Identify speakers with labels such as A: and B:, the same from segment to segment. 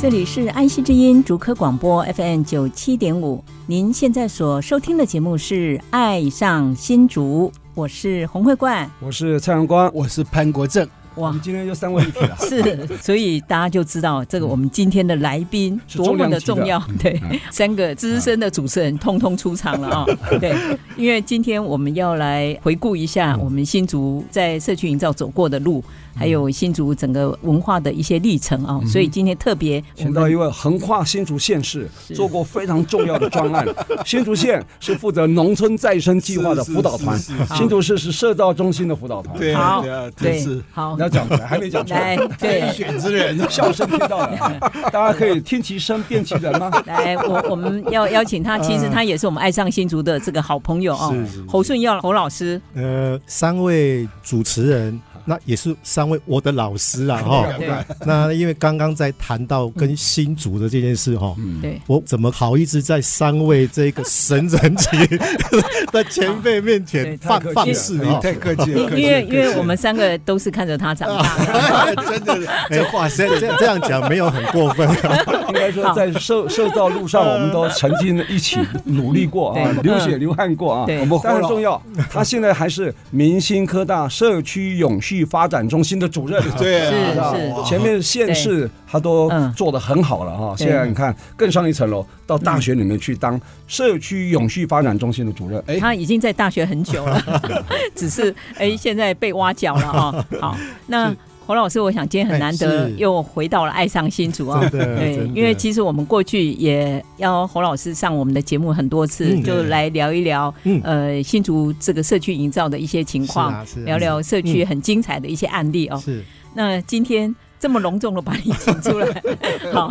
A: 这里是安溪之音竹科广播 FM 九七点五，您现在所收听的节目是《爱上新竹》，我是洪慧冠。
B: 我是蔡荣光，
C: 我是潘国正，
B: 我
A: 哇。
B: 们，今天就三位一体 了
A: 是， 所以大家就知道这个我们今天的来宾
B: 是
A: 多么的
B: 重
A: 重要
B: 量。
A: 对
B: 嗯，
A: 三个资深的主持人通通出场了啊、对，因为今天我们要来回顾一下我们新竹在社区营造走过的路，还有新竹整个文化的一些历程啊、所以今天特别我
B: 请到
A: 们
B: 一位横跨新竹县市，做过非常重要的专 案。新竹县是负责农村再生计划的辅导团
C: 是是是，是
B: 新竹市是社造中心的辅导团。
C: 对啊，
A: 好
C: 对啊，真
A: 对
C: 是
A: 好
B: 你要讲出来，还没讲出
A: 来
B: 来，
A: 对。
C: 选之人。
B: 笑声听到 了，大家可以听其声辨其人吗？
A: 来，我我们要邀请他，其实他也是我们爱上新竹的这个好朋友哦，
C: 是是是
A: 侯顺耀侯老师，
D: 呃，三位主持人，那也是三位我的老师 啦哈。
A: 对
D: 那因为刚刚在谈到跟新竹的这件事哈，
C: 嗯
A: 对，
D: 我怎么好意思在三位这个神人级 的前辈面
A: 对
D: 前放
B: 太客气了
D: 放肆
C: 你
D: 哈？
C: 太客气了，
A: 因因
C: 客气
A: 为
C: 了
A: 因为我们三个都是看着他长大的，
D: 真的，哎，哇塞，这这样讲没有很过分啊。
B: 应该说在社社造路上，我们都曾经一起努力过啊
A: 对，嗯
B: 流血流汗过啊。
A: 对
B: 我们但很重要，他现在还是明星科大社区永续发展中心的主任。
C: 对
A: 是
C: 啊，
A: 是
C: 哇
B: 前面县市他都
A: 嗯
B: 做得很好了哈，
A: 对嗯
B: 现在你看更上一层楼，到大学里面去当社区永续发展中心的主任。
D: 哎
A: 他已经在大学很久 了，只是哎现在被挖角了啊、好，那。侯老师，我想今天很难得
D: 哎是
A: 又回到了爱上新竹啊、
D: 真的
A: 对
D: 真，的
A: 因为其实我们过去也邀侯老师上我们的节目很多次，
D: 嗯
A: 就来聊一聊、
D: 嗯
A: 呃新竹这个社区营造的一些情况，
D: 是啊是啊
A: 聊聊社区很精彩的一些案例哦。
D: 是
A: 那今天这么隆重的把你请出 来，好，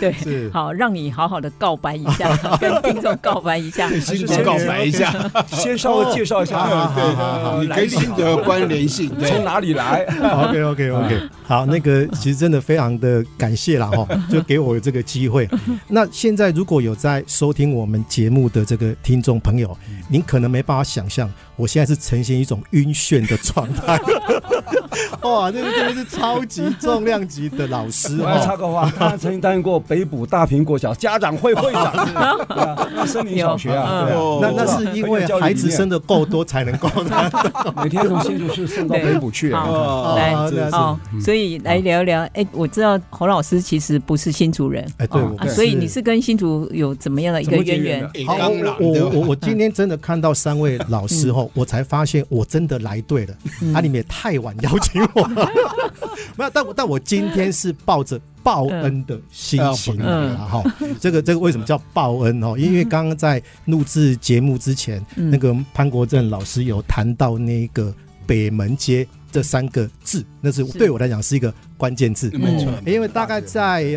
A: 对，
D: 是
A: 好，让你好好的告白一 下，跟听众告白一下。
C: 新竹告白一下，
B: 先稍微介绍一
D: 好好
B: 下
D: 好好好
C: 你跟新竹有关联性，
B: 从
C: 对，
B: 哪里来，
D: OK OK OK，好， 那个其实真的非常的感谢啦 哈，就给我这个机会。那现在如果有在收听我们节目的这个听众朋友，
A: 嗯
D: 您可能没办法想象，我现在是呈现一种晕眩的状态。 哇，这个真的是超级重量级的老师
B: 我要插
D: 哦，
B: 个话，他曾经担任过北埔大苹果小家长会 会长，
A: 哦
B: 对啊，那森林小学啊，对
A: 嗯
C: 哦
D: 那那是因为孩子生的够多 才能够的。
B: 啊，每天从新竹市送到北埔去，啊
A: 好
C: 哦
A: 来
D: 哦那是
A: 哦，所以来聊聊。哎，我知道侯老师其实不是新竹人，
D: 哎对
A: 哦
D: 我
A: 啊
D: 不是
A: 所以你是跟新竹有怎么样的一个
B: 怎么结
A: 渊
B: 缘
A: 源
B: 的？
C: 哎
D: 好，
C: 当然
D: 我我
C: 的，
D: 我我今天真的看到三位老师后，我才发现我真的来对了。
A: 嗯
D: 啊，你们也太晚邀请我了，没有，但我但我今天是抱着。报恩的心情来了哈，这个这个为什么叫报恩哦？因为刚刚在录制节目之前，那个潘国正老师有谈到那个北门街这三个字，那是对我来讲是一个关键字。嗯
C: 没错，
D: 因为大概在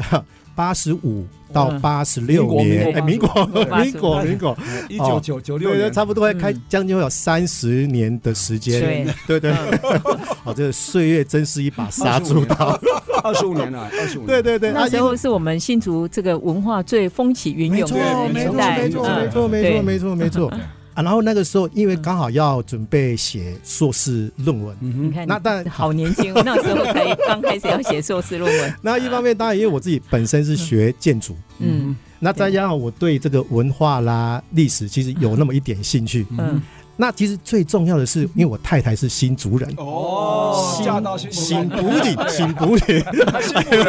D: 八十五到
A: 嗯
D: 八十六年，哎，民
A: 民国
D: 国
A: 民国，
D: 民国，民国，
B: 一九九九六
D: 对，
B: 年，
D: 差不多会开
A: 嗯
D: 将近会有三十年的时间，对对，
A: 嗯
D: 哦，这个岁月真是一把杀猪刀，
B: 二十五年了，二十五年，
D: 对对对，
A: 那时
D: 啊
A: 候是我们新竹这个文化最风起云
D: 因为
A: 涌的
D: 没
A: 年
D: 错
A: 代
D: 没，错
A: 嗯
D: 没错没
A: 对嗯
D: 错没错没错啊，然后那个时候因为刚好要准备写硕士论文，
A: 你看，
D: 那但
A: 好年 轻，那时候才刚开始要写硕士论文，
D: 那一方面当然因为我自己本身是学建筑，
A: 嗯
D: 那再加上我对这个文化啦、历史其实有那么一点兴趣，
A: 嗯，
D: 那其实最重要的是，因为我太太是新族人，
B: 哦，
D: 新
B: 嫁到新
D: 新族里，新族里，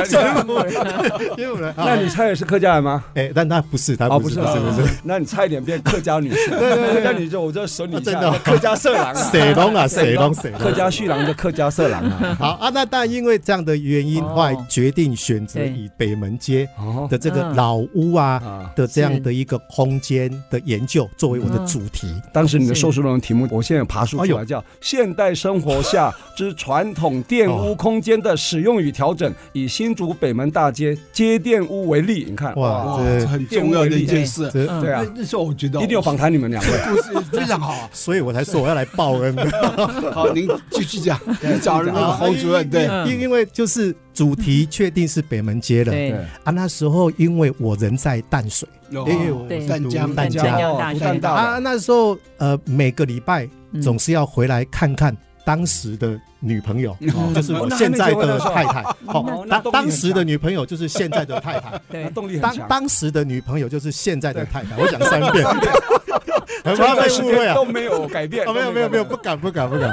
D: 因为我们
B: 那你猜也是客家人吗？
D: 哎，但那不是，他
B: 哦，
D: 不是，
B: 是，不
D: 不是，不是，
B: 是，那你差一点变客家女 士，客家女士，我就损你一
D: 真
B: 下
D: 的哦，
B: 客家色狼啊，
D: 谁 龙啊，谁龙，谁
B: 客
D: 龙。
B: 家旭郎的客家色狼啊，
D: 好啊，那但因为这样的原因，后来
A: 哦
D: 决定选择
A: 对
D: 以北门街
B: 哦
D: 的这个
A: 嗯
D: 老屋啊
B: 啊
D: 的这样
A: 是
D: 的一个空间的研究作为我的
A: 嗯
D: 主题。
B: 当时你的收视论的题目，我现在有爬书
D: 哎
B: 出
D: 呦
B: 来，叫《现代生活下之传统电屋空间的使用与调整》，以新竹北门大街街电屋为例。你看，哦
D: 哇，
C: 哇，
D: 这
C: 这很重要的一件事。
D: 这
A: 嗯
B: 对啊
C: 那，那时候我觉得
B: 一定有访谈你们两位。
C: 故事非常好。
D: 所以我才说我要来报 恩。啊
C: 好，您继续讲，你找了那
B: 哦
C: 个侯主任，对，
B: 嗯
D: 因因为就是主题确定是北门街了
A: 对
B: 对
D: 啊，那时候因为我人在淡水，
C: 因
D: 因为我
A: 对
D: 是
C: 淡
D: 读
C: 江
D: 淡
A: 淡江
D: 江
A: 大学
B: 哦，淡
D: 啊，
B: 大
D: 那时候呃每个礼拜
A: 嗯
D: 总是要回来看看当时的女朋友，
B: 哦
D: 就是我现在的太太。哦，
B: 那
D: 当
B: 动力很强
D: 当时的女朋友就是现在 的太太，
B: 那
A: 对，
B: 哎动力很
D: 当
B: 强。
D: 当时的女朋友就是现在的太太。我讲三遍， 很怕被
B: 时
D: 误会
B: 间
D: 啊
B: 都。没有改变。
D: 哦，没有
B: 都
D: 没有没有，不
B: 改
D: 敢不敢不敢。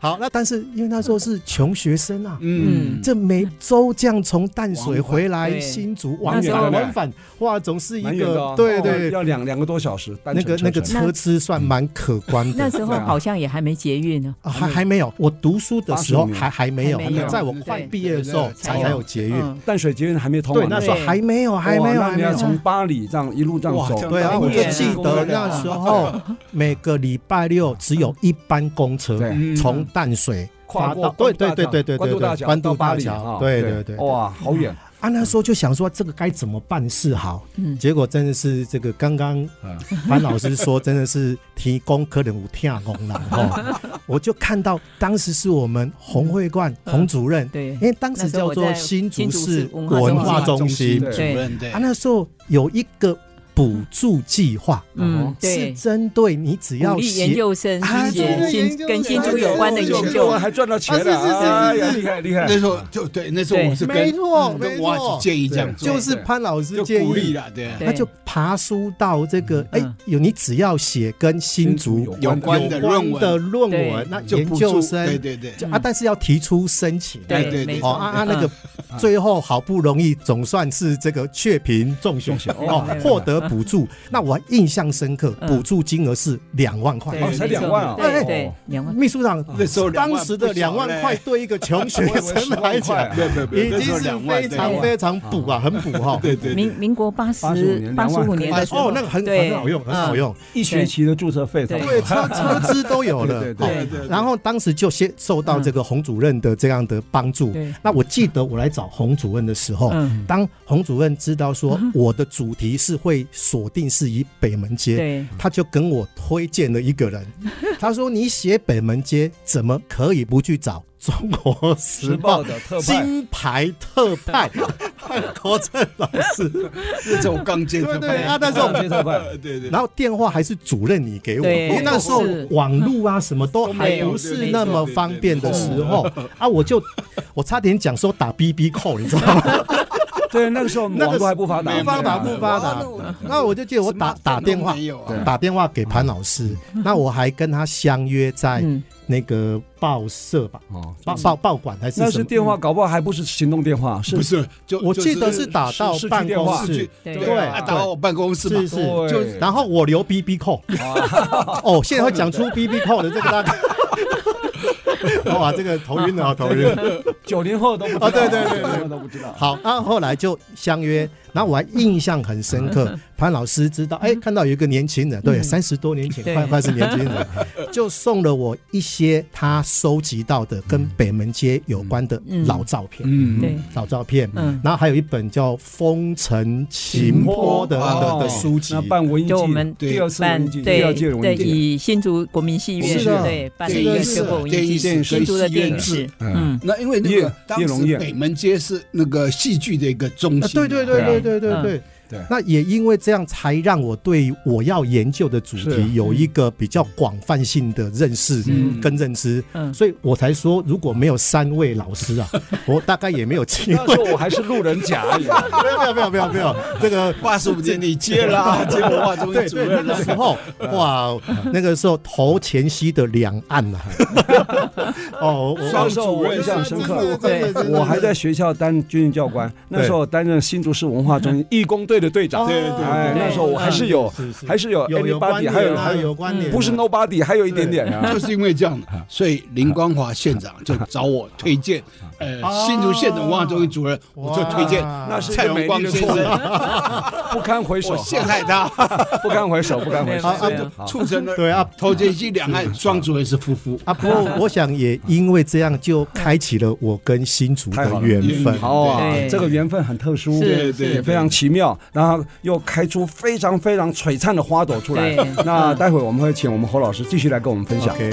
D: 好，那但是因为那时候是穷学生啊，
C: 嗯，
D: 这每周这样从淡水回
A: 往
D: 来
A: 返对
D: 新竹
A: 那
D: 往
A: 时
D: 返
A: 候
D: 往返，哇，总是一
B: 变蛮远的
D: 个
B: 哦
D: 对
B: 哦
D: 对，
B: 要两两个多小时。单
D: 那
B: 程
D: 个那个
B: 车程
D: 车资算蛮可观
A: 那
D: 的。
A: 时候好像也还没节育呢。
D: 啊还还没有，我读书的时候
B: 85年
D: 还还没有，
A: 还
D: 还
A: 没
D: 没
A: 有
D: 有，在我快毕业的时候
C: 对对对
D: 才才有捷运。
A: 嗯，
B: 淡水捷运还没通
D: 对，
B: 完，
D: 那时候
A: 对
D: 还没有，还没有，
B: 哇那
D: 还
B: 你
D: 没
B: 要
D: 有。
B: 从巴黎这样一路这样
C: 哇
B: 走
C: 这，样
D: 对啊，
C: 很
D: 我就
C: 远啊
D: 记得那时
B: 哦
D: 候每个礼拜六只有一班公车
B: 对
C: 嗯
D: 从淡水
B: 跨
D: 发
B: 过
D: 到，对对对对对
B: 关
D: 对
B: 渡大
D: 对，
B: 桥，
D: 关渡
B: 到巴
D: 大
B: 黎啊
D: 桥，对对对。
B: 哇，好远，
D: 啊，那时候就想说这个该怎么办是好，
A: 嗯
D: 结果真的是这个刚刚
C: 嗯
D: 潘老师说，真的是提供可能有听功啦 哦，我就看到当时是我们洪会冠
A: 嗯
D: 洪主任，
A: 对
D: 因为当时
A: 那
D: 叫
A: 时候我
D: 做
A: 在
D: 新
A: 新
D: 竹
A: 竹
D: 市
A: 市文化
D: 文化中心
B: 对
C: 主任，对
D: 啊，，那时候有一个补助计划，
A: 嗯，
D: 是
A: 对，
D: 针对你只
A: 鼓
D: 要
A: 励研
D: 写
A: 究生
D: 啊
A: 去写
D: 对
A: 新
C: 研究
A: 跟
C: 生
A: 新竹有关的研
B: 新
A: 究
B: 竹，还赚到钱了，
D: 啊
B: 哎
D: 是
B: 呀，
D: 是是是是
B: 厉害厉害
C: 那，时候就对，那时候我是
D: 没
C: 跟
D: 错
C: 嗯
D: 没
C: 跟我
D: 错
C: 建议这样做，
D: 就是潘老师
C: 就
D: 建
C: 鼓励
D: 议。
C: 了，对，
A: 对
D: 他就爬书到这个，哎、
A: 嗯
D: 有你只要写跟新竹
C: 有关的论
D: 的
C: 文
D: 论
A: 对
D: 文，那
C: 就
D: 研
C: 补
D: 究
C: 助，
D: 生
C: 对对对，
D: 就啊，但是要提出申请。
C: 对
A: 对
C: 对
A: 没
C: 对
A: 错
D: 哦啊啊，那个最后好不容易总算是这个确评中选
B: 中选
D: 哦
B: 哦，
D: 获得补助。那我还印象深刻，
A: 嗯
D: 补助金额是两万块。
B: 哦
A: 对，
B: 才两万啊
A: 对
D: 哎
A: 对，两万，
D: 秘书长
C: 那时候两万
D: 当时的
C: 不少
D: 两万
C: 嘞
D: 块对一个穷学生来讲，
B: 哎
C: 对对对，
D: 已
C: 那时
D: 经
C: 候
D: 是
C: 两万
D: 非常非常补啊，很补哈。
C: 对对对
A: 民民国八
B: 85
A: 十
B: 年
A: 八十五年的时候，
D: 哦，那个很
A: 对
D: 很好用，很好。
A: 嗯
D: 用，
B: 一学期的注册费，
A: 对
D: 对，车车资都有了。
B: 对对
D: 哦
B: 对
C: 对对，
D: 然后当时就先受到这个洪主任的这样的帮助。
A: 对，
D: 那我记得我来找洪主任的时候，
A: 嗯，
D: 当洪主任知道说我的主题是会锁定是以北门街，
A: 对，
D: 他就跟我推荐了一 个人，他说你写北门街怎么可以不去找中国时
B: 时报
D: 报？
B: 的特派，
D: 金牌特派 潘国正老师，
C: 那时候我刚接
D: 对
C: 触，
D: 对啊，那时候
B: 特派特派，
C: 对对，
D: 然后电话还是主任你给我，
A: 对
D: 因为那时候
A: 是
D: 网络啊什么都还不是那么方便的时候 啊，我就我差点讲说打 BB 扣，你知 道吗？
B: 对，那个时候
D: 那
B: 网
D: 个
B: 络还不发达，
D: 不发达不发达
C: 哇，
D: 那我就记得我打打电话
C: 没有啊，
D: 打电话给潘老师，
B: 嗯
D: 那我还跟他相约在
A: 嗯，
D: 那个报社吧，
B: 哦，
D: 报报报馆还是
B: 那
D: 什
B: 是
D: 么？
B: 电话，搞不好还不是行动电话，是
C: 不是，就
D: 我记得是打到
B: 是是
D: 办公
B: 是
C: 市
D: 室
C: 区，，
A: 对
C: 对啊，
D: 对
C: 打到我办公室嘛
D: 是，是。
B: 对
C: 就是
D: 然后我留 BB 扣，哦，现在会讲出 BB 扣的这个大概，哇，这个头晕了啊，头晕了。
B: 九零后都不知道，
D: 哦对对对对
B: 90后都不知道。
D: 好，那、后来就相约，然后我还印象很深刻，潘老师知道，哎，看到有一个年轻人，对，三十多年前，
A: 对
D: 快快是年轻人，就送了我一些他收集到的跟北门街有关的老照片，
C: 嗯
A: 对，
D: 老照片，
A: 嗯，
D: 然后还有一本叫《风尘琴波》的的的
B: 哦
D: 书籍
B: 那。办文艺季，
A: 就我们
B: 第二次文
A: 办
B: 艺季，第
A: 对
B: 二届文
A: 对
B: 艺季，
A: 以新竹国民戏院
D: 是的
A: 对办了
C: 电
A: 一个全
C: 影社
A: 国文
C: 电
A: 艺
C: 影
A: 季，
C: 社
A: 新竹的
C: 戏
A: 电
C: 院
A: 影
C: 是
A: 室，嗯，
C: 那因为那
B: 叶
C: 个当
B: 叶龙
C: 时
B: 叶
C: 北门街是那个戏剧的一个中
D: 啊
C: 心，
D: 对对对对对对对，
B: 对啊嗯
D: 那也因为这样，才让我对我要研究的主
B: 是
D: 题有一个比较广泛性的认识
B: 嗯
D: 跟认知，
A: 嗯
D: 所以我才说，如果没有三位老师 啊，我大概也没有机
B: 那
D: 会
B: 时。候我还是路人甲而已。
D: 没 有没有没有没有没有，这个
C: 哇，说不定你接了啊，结果哇，终于
D: 对
C: 主
D: 对，那
C: 任啊
D: 个
C: 了。
D: 时候， 哇，那个时候头前溪的两岸 啊，哦，我
B: 那时候我印象 深刻，
D: 对
B: 我还在学校当军训教官，那时候担任新竹市文化中心义工队的队长。
C: 对对对
B: 哎，那时候我还是有，
D: 嗯
B: 还是有
D: 哦有有关
B: anybody，
D: 联
B: 还有
D: 啊
B: 还有
D: 有关联啊，
B: 不是 nobody，还有一点点啊
C: 就。是因为这样，所以林光华县长就找我推荐，
B: 啊
C: 呃，
D: 哦
C: 新竹县的文化中心主任，我就推荐
D: 哇
B: 那是
C: 蔡荣光先生，
B: 啊不堪回首
C: 我，陷害他，
B: 不堪回首，不堪回首
D: 啊啊。
B: 好
C: 促成了
D: 对啊
C: 头前溪两岸双主任是夫妇。
D: 啊，不过我想也因为这样，就开启了我跟新竹
B: 太好
D: 的
B: 了
D: 缘分。
B: 好啊
A: 对，
B: 这个缘分很特殊，
A: 是
C: 对
B: 也非常奇妙，然后又开出非常非常璀璨的花朵出来
A: 对。
B: 那待会我们会请我们侯老师继续来跟我们分享。
D: OK，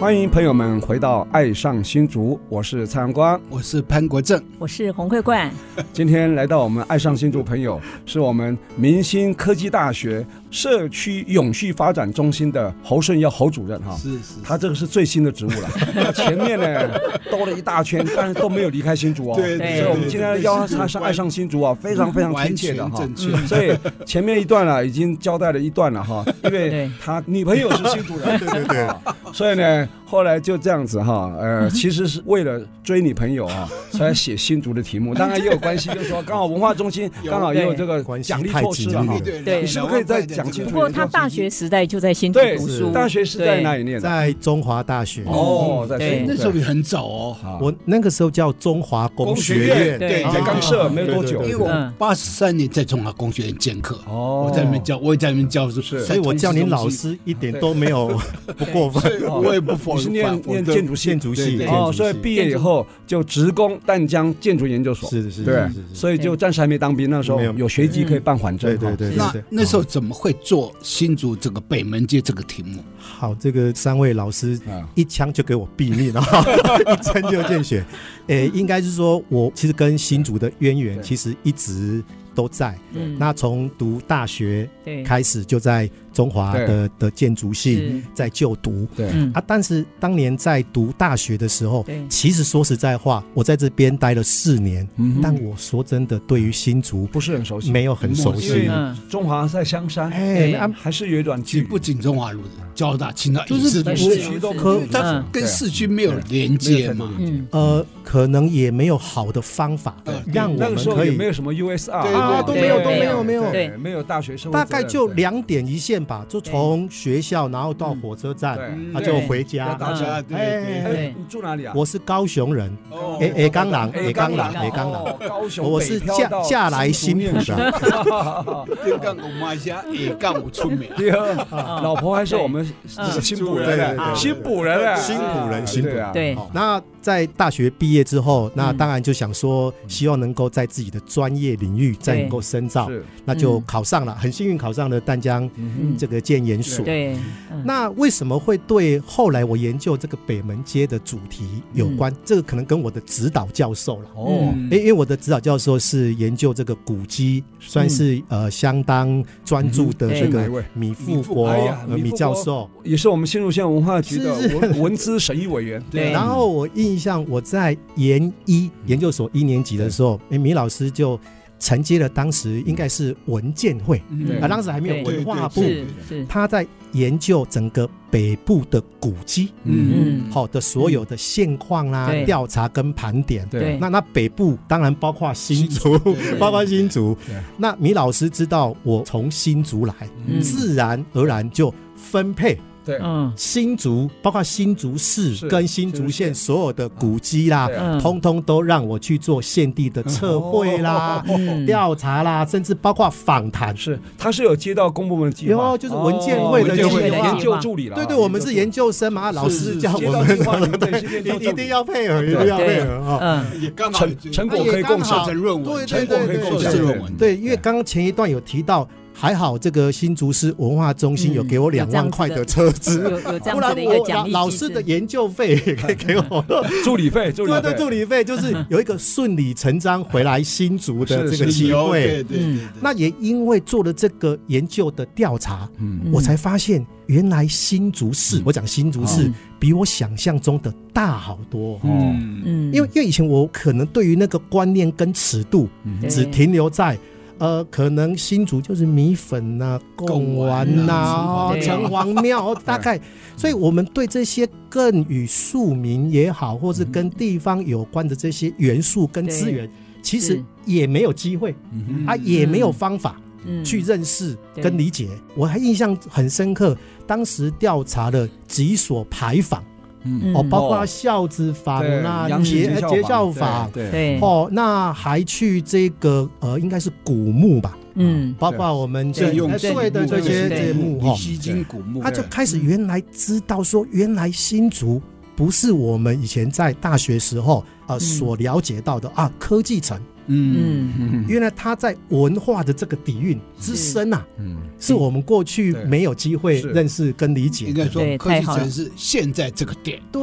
B: 欢迎朋友们回到《爱上新竹》，我是蔡阳光。
C: 我是潘国正，
A: 我是洪慧冠，
B: 今天来到我们爱上新竹朋友，是我们明星科技大学社区永续发展中心的侯顺耀侯主任哈。
C: 是是
B: 他这个是最新的职务了，那前面呢兜了一大圈，但是都没有离开新竹哦。
C: 对
A: 对
B: 所以我们
A: 对
B: 今天邀他是爱上新竹啊，非常非常
C: 完
B: 亲切的
C: 全
B: 哈。
C: 正确，
B: 所以前面一段了，已经交代了一段了哈，因为
A: 对
B: 他女朋友是新竹人，
C: 嗯
B: 对对对， 所以呢，后来就这样子哈， 呃，其实是为了追女朋友啊，才写新竹的题 目，当然也有关系，就是说刚好文化中心
C: 有
B: 刚好也有这个
D: 关系
B: 奖励
D: 太
B: 措施
D: 紧
B: 了
D: 密
B: 哈
D: 了，
C: 对
A: 对
B: 你是不是可以再讲清
A: 不
B: 楚？
A: 过他大学时代就在新竹
B: 对
A: 读书，
B: 大学是在哪里念的？
D: 在嗯中华大学，
B: 哦，在
A: 对
B: 新竹
C: 那时候也很早哦，
B: 好
D: 我那个时候叫中华工学院，
A: 对
B: 才刚设
D: 啊
B: 没有多
D: 对
B: 久
D: 对
C: 因
D: 对
C: 为我
A: 嗯
C: 八十三年在中华工学院兼课，
B: 哦
C: 我在那边教，我也在那边教书，
B: 是
D: 所以我叫你老
C: 师，
D: 师一点都没有不过分。
C: 对我也不否
B: 你
C: 认，
B: 是念
C: 反
B: 念
C: 对
B: 建筑系
D: 建筑系，建
C: 对
D: 筑
B: 哦，
D: 系
B: 所以毕业以后就职工淡江建筑研究所，
D: 是是是，
B: 对
D: 是是，是
B: 所以就暂时还没当兵，那时候
D: 没有
B: 有学籍可以办缓征
D: 对
B: 哈，
D: 对对对
C: 那
D: 对。
C: 那时候怎么会做新竹这个北门街这个题目？
D: 好，这个三位老师
B: 啊，
D: 一枪就给我毙命了， 一针就见血。诶，应该是说我其实跟新竹的渊源
B: 对
D: 其实一直都在。
A: 嗯
D: 那从读大学
A: 对，
D: 开始就在中华的的建筑
A: 是
D: 系在就读
B: 对
A: 嗯
D: 啊，但是当年在读大学的时候
A: 对，
D: 其实说实在话，我在这边待了四年，
B: 嗯哼
D: 但我说真的，对于新竹
B: 不是很熟悉。
D: 没有很熟
B: 因为
D: 悉。
A: 嗯
B: 中华在香山，
D: 哎，
A: 对
D: 那
B: 还是有一段距
C: 其实
B: 离。
C: 不仅中华路的交大、清大，
D: 就是
C: 也是
B: 在
C: 不
B: 市
C: 是
B: 区都
A: 是
B: 可以
A: 是
B: 到
A: 嗯
C: 跟市区没有连接嘛？
A: 嗯，
D: 呃，可能也没有好的方法
C: 对
D: 让我
B: 那
D: 们
B: 个时候
D: 可
B: 也
D: 以
B: 没有什么 USR
C: 对
B: 啊
C: 对
B: 都
C: 对
B: 没有
A: 对
B: 都没
A: 对
B: 有没有
A: 对
B: 对没有大学生活责
D: 大
B: 任，
D: 概就
B: 对
D: 两点一线吧，就从学校然后到火车站，
B: 对
D: 他
B: 对
D: 啊就回
B: 要
D: 家。
B: 打架。
C: 对
D: 哎
A: 嗯对
B: 哎，你住哪里啊？
D: 我是高雄人，
C: 哦
D: 哎哎，刚狼，哎
B: 哎
D: 刚狼，
B: 哦
D: 哎刚狼，
B: 高雄
D: 我
B: 北
D: 是
B: 漂
D: 嫁
B: 到
D: 嫁来
B: 新
D: 新
B: 竹
D: 浦的，
C: 对杠我妈家，也杠我出名。
B: 第二， 啊老婆还是我们
A: 嗯
B: 新浦
C: 对
B: 人呢，
D: 对对啊
B: 新浦人呢，
D: 新浦人新浦
B: 对啊
A: 对
D: 哦那在大学毕业之后，那
A: 嗯
D: 当然就想说，希望能够在自己的专业领域再能够深造，
B: 是
D: 那就考上了，很幸运考上了淡江
B: 嗯
D: 这个建研所。
A: 对，嗯
D: 那为什么会对后来我研究这个北门街的主题有关？
B: 嗯
D: 这个可能跟我的指导教授
A: 嗯
D: 了。
B: 哦，
D: 因因为我的指导教授是研究这个古迹，
B: 嗯
D: 算是、呃相当专注的这
B: 哪一
D: 个
B: 位嗯
D: 米
B: 米
D: 富
B: 富
D: 国、
B: 哎呀
D: 呃
B: 米
D: 米
B: 富
D: 教
B: 国
D: 授。
B: 也是我们新竹县文化局的
D: 是是
B: 文文资审议委员，
A: 对
D: 然后我印象我在研一研究所一年级的时候，诶米老师就承接了当时应该是文建会
B: 对
C: 嗯
D: 啊，当时还没有文化部，
A: 是是，
D: 他在研究整个北部的古迹。
A: 嗯，
D: 好的所有的现况啦、
A: 对
D: 调查跟盘点。
B: 对
A: 对
D: 那那北部当然包括新竹， 包括新竹
B: 对对。
D: 那米老师知道我从新竹来，
A: 嗯
D: 自然而然就分配
B: 对，
A: 嗯
D: 新竹，包括新竹市
B: 是
D: 跟新竹县嗯所有的古迹啦
B: 对，
A: 啊
D: 通通都让我去做现地的测绘啦、
A: 嗯
D: 调查啦，甚至包括访谈。
B: 是，他是有接到公部门计划，
D: 有就是文件会
A: 的
B: 哦文件
A: 计划
B: 研究助理了啊。
D: 对对，我们是研
B: 究
D: 究生嘛，老师叫我
B: 接到
D: 们
B: 计划，你们 得去研究助理
D: 一一定要配合，一定要配合哦哈。
A: 嗯，
C: 也刚好
B: 成成果可以共享
C: 成，论文，
D: 对对
C: 成
D: 对
C: 果可以
D: 对
C: 共享
B: 对
C: 论文，
D: 对，因为刚刚前一段有提到，还好这个新竹市文化中心有给我
A: 嗯有
D: 两
A: 这样
D: 万
A: 子
D: 块
A: 的
D: 的车资，
A: 有有这样
D: 不然
A: 子的一个
D: 我
A: 奖
D: 老
A: 励
D: 老
A: 机
D: 师
A: 制
D: 的研究费也可以给 我，
B: 助理费，助理
D: 对对，
B: 费
D: 助理费就是有一个顺理成章回来新竹的
B: 是
D: 这
B: 是
D: 个
C: 理
D: 机
C: 由
D: 会。
C: 哦对对对
A: 嗯，
D: 那也因为做了这个研究的调查，
B: 嗯，
D: 我才发现原来新竹市，我讲新竹市
A: 嗯
D: 比我想象中的大好多。
B: 哦，
C: 嗯，
A: 嗯，
D: 因为因为以前我可能对于那个观念跟尺度
B: 嗯
A: 对
D: 只停留在。呃，可能新竹就是米粉呐、贡丸呐、
A: 贡丸啊
D: 哦城隍庙，大概，所以我们对这些更与庶民也好，或是跟地方有关的这些元素跟资源，其实
A: 是
D: 也没有机会
B: 嗯
D: 啊，也没有方法
A: 嗯
D: 去认识
A: 对
D: 跟理解。我还印象很深刻，当时调查了几所牌坊
B: 嗯，
D: 哦，包括
B: 哦
D: 孝子坊啊
B: 对
D: 啦、
B: 杨
D: 节
B: 氏
D: 节教
B: 法，
D: 坊，
B: 对，对
A: 对
D: 哦，那还去这个呃，应该是古墓吧，
A: 嗯
D: 包括我们
C: 借
D: 这
C: 用
D: 哎对的这些这些墓哈，
C: 西京古墓，
D: 他就开始原来知道说，原来新竹不是我们以前在大学时候呃所了解到的啊，科技城，
C: 嗯，
A: 嗯
B: 嗯
D: 原来它在文化的这个底蕴之深啊，
B: 嗯，
D: 是我们过去
B: 对
D: 没有机会
B: 是
D: 认识跟理解
C: 应
D: 的
C: 该。说
A: 对
C: 科技
A: 太好了
C: 城市现在这个点，
D: 对，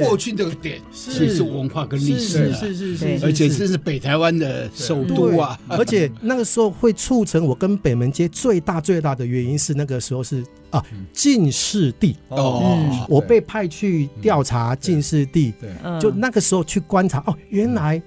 C: 那过去这个点其实是文化跟历史
D: 是
C: 啊，
D: 是是
A: 对
D: 是，
C: 而且这是北台湾的首都啊，
D: 而且那个时候会促成我跟北门街最大最大的原因是那个时候是啊进士地，
C: 哦，
D: 我被派去调查进士地。
B: 对，
A: 嗯
D: 就那个时候去观察哦，原来